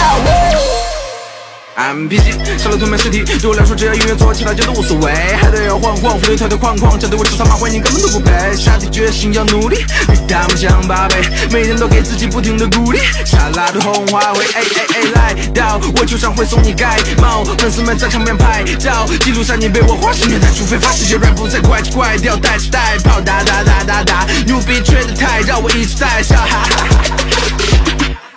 I'm busy，上了吞没尸体，对我来说只要音乐做起来觉得无所谓。还得要晃晃，浮游跳跳框框，针对我指桑骂槐你根本都不配。下定决心要努力，比他们强八倍，每天都给自己不停的鼓励。沙拉的红花会，哎哎哎，来到我球场会送你盖帽，粉丝们在场边拍照，记录下你被我花式虐待，除非发誓 rap 不再怪奇怪调，带是带跑，打打打打打，牛逼吹的太绕，我一直在笑，哈哈哈哈。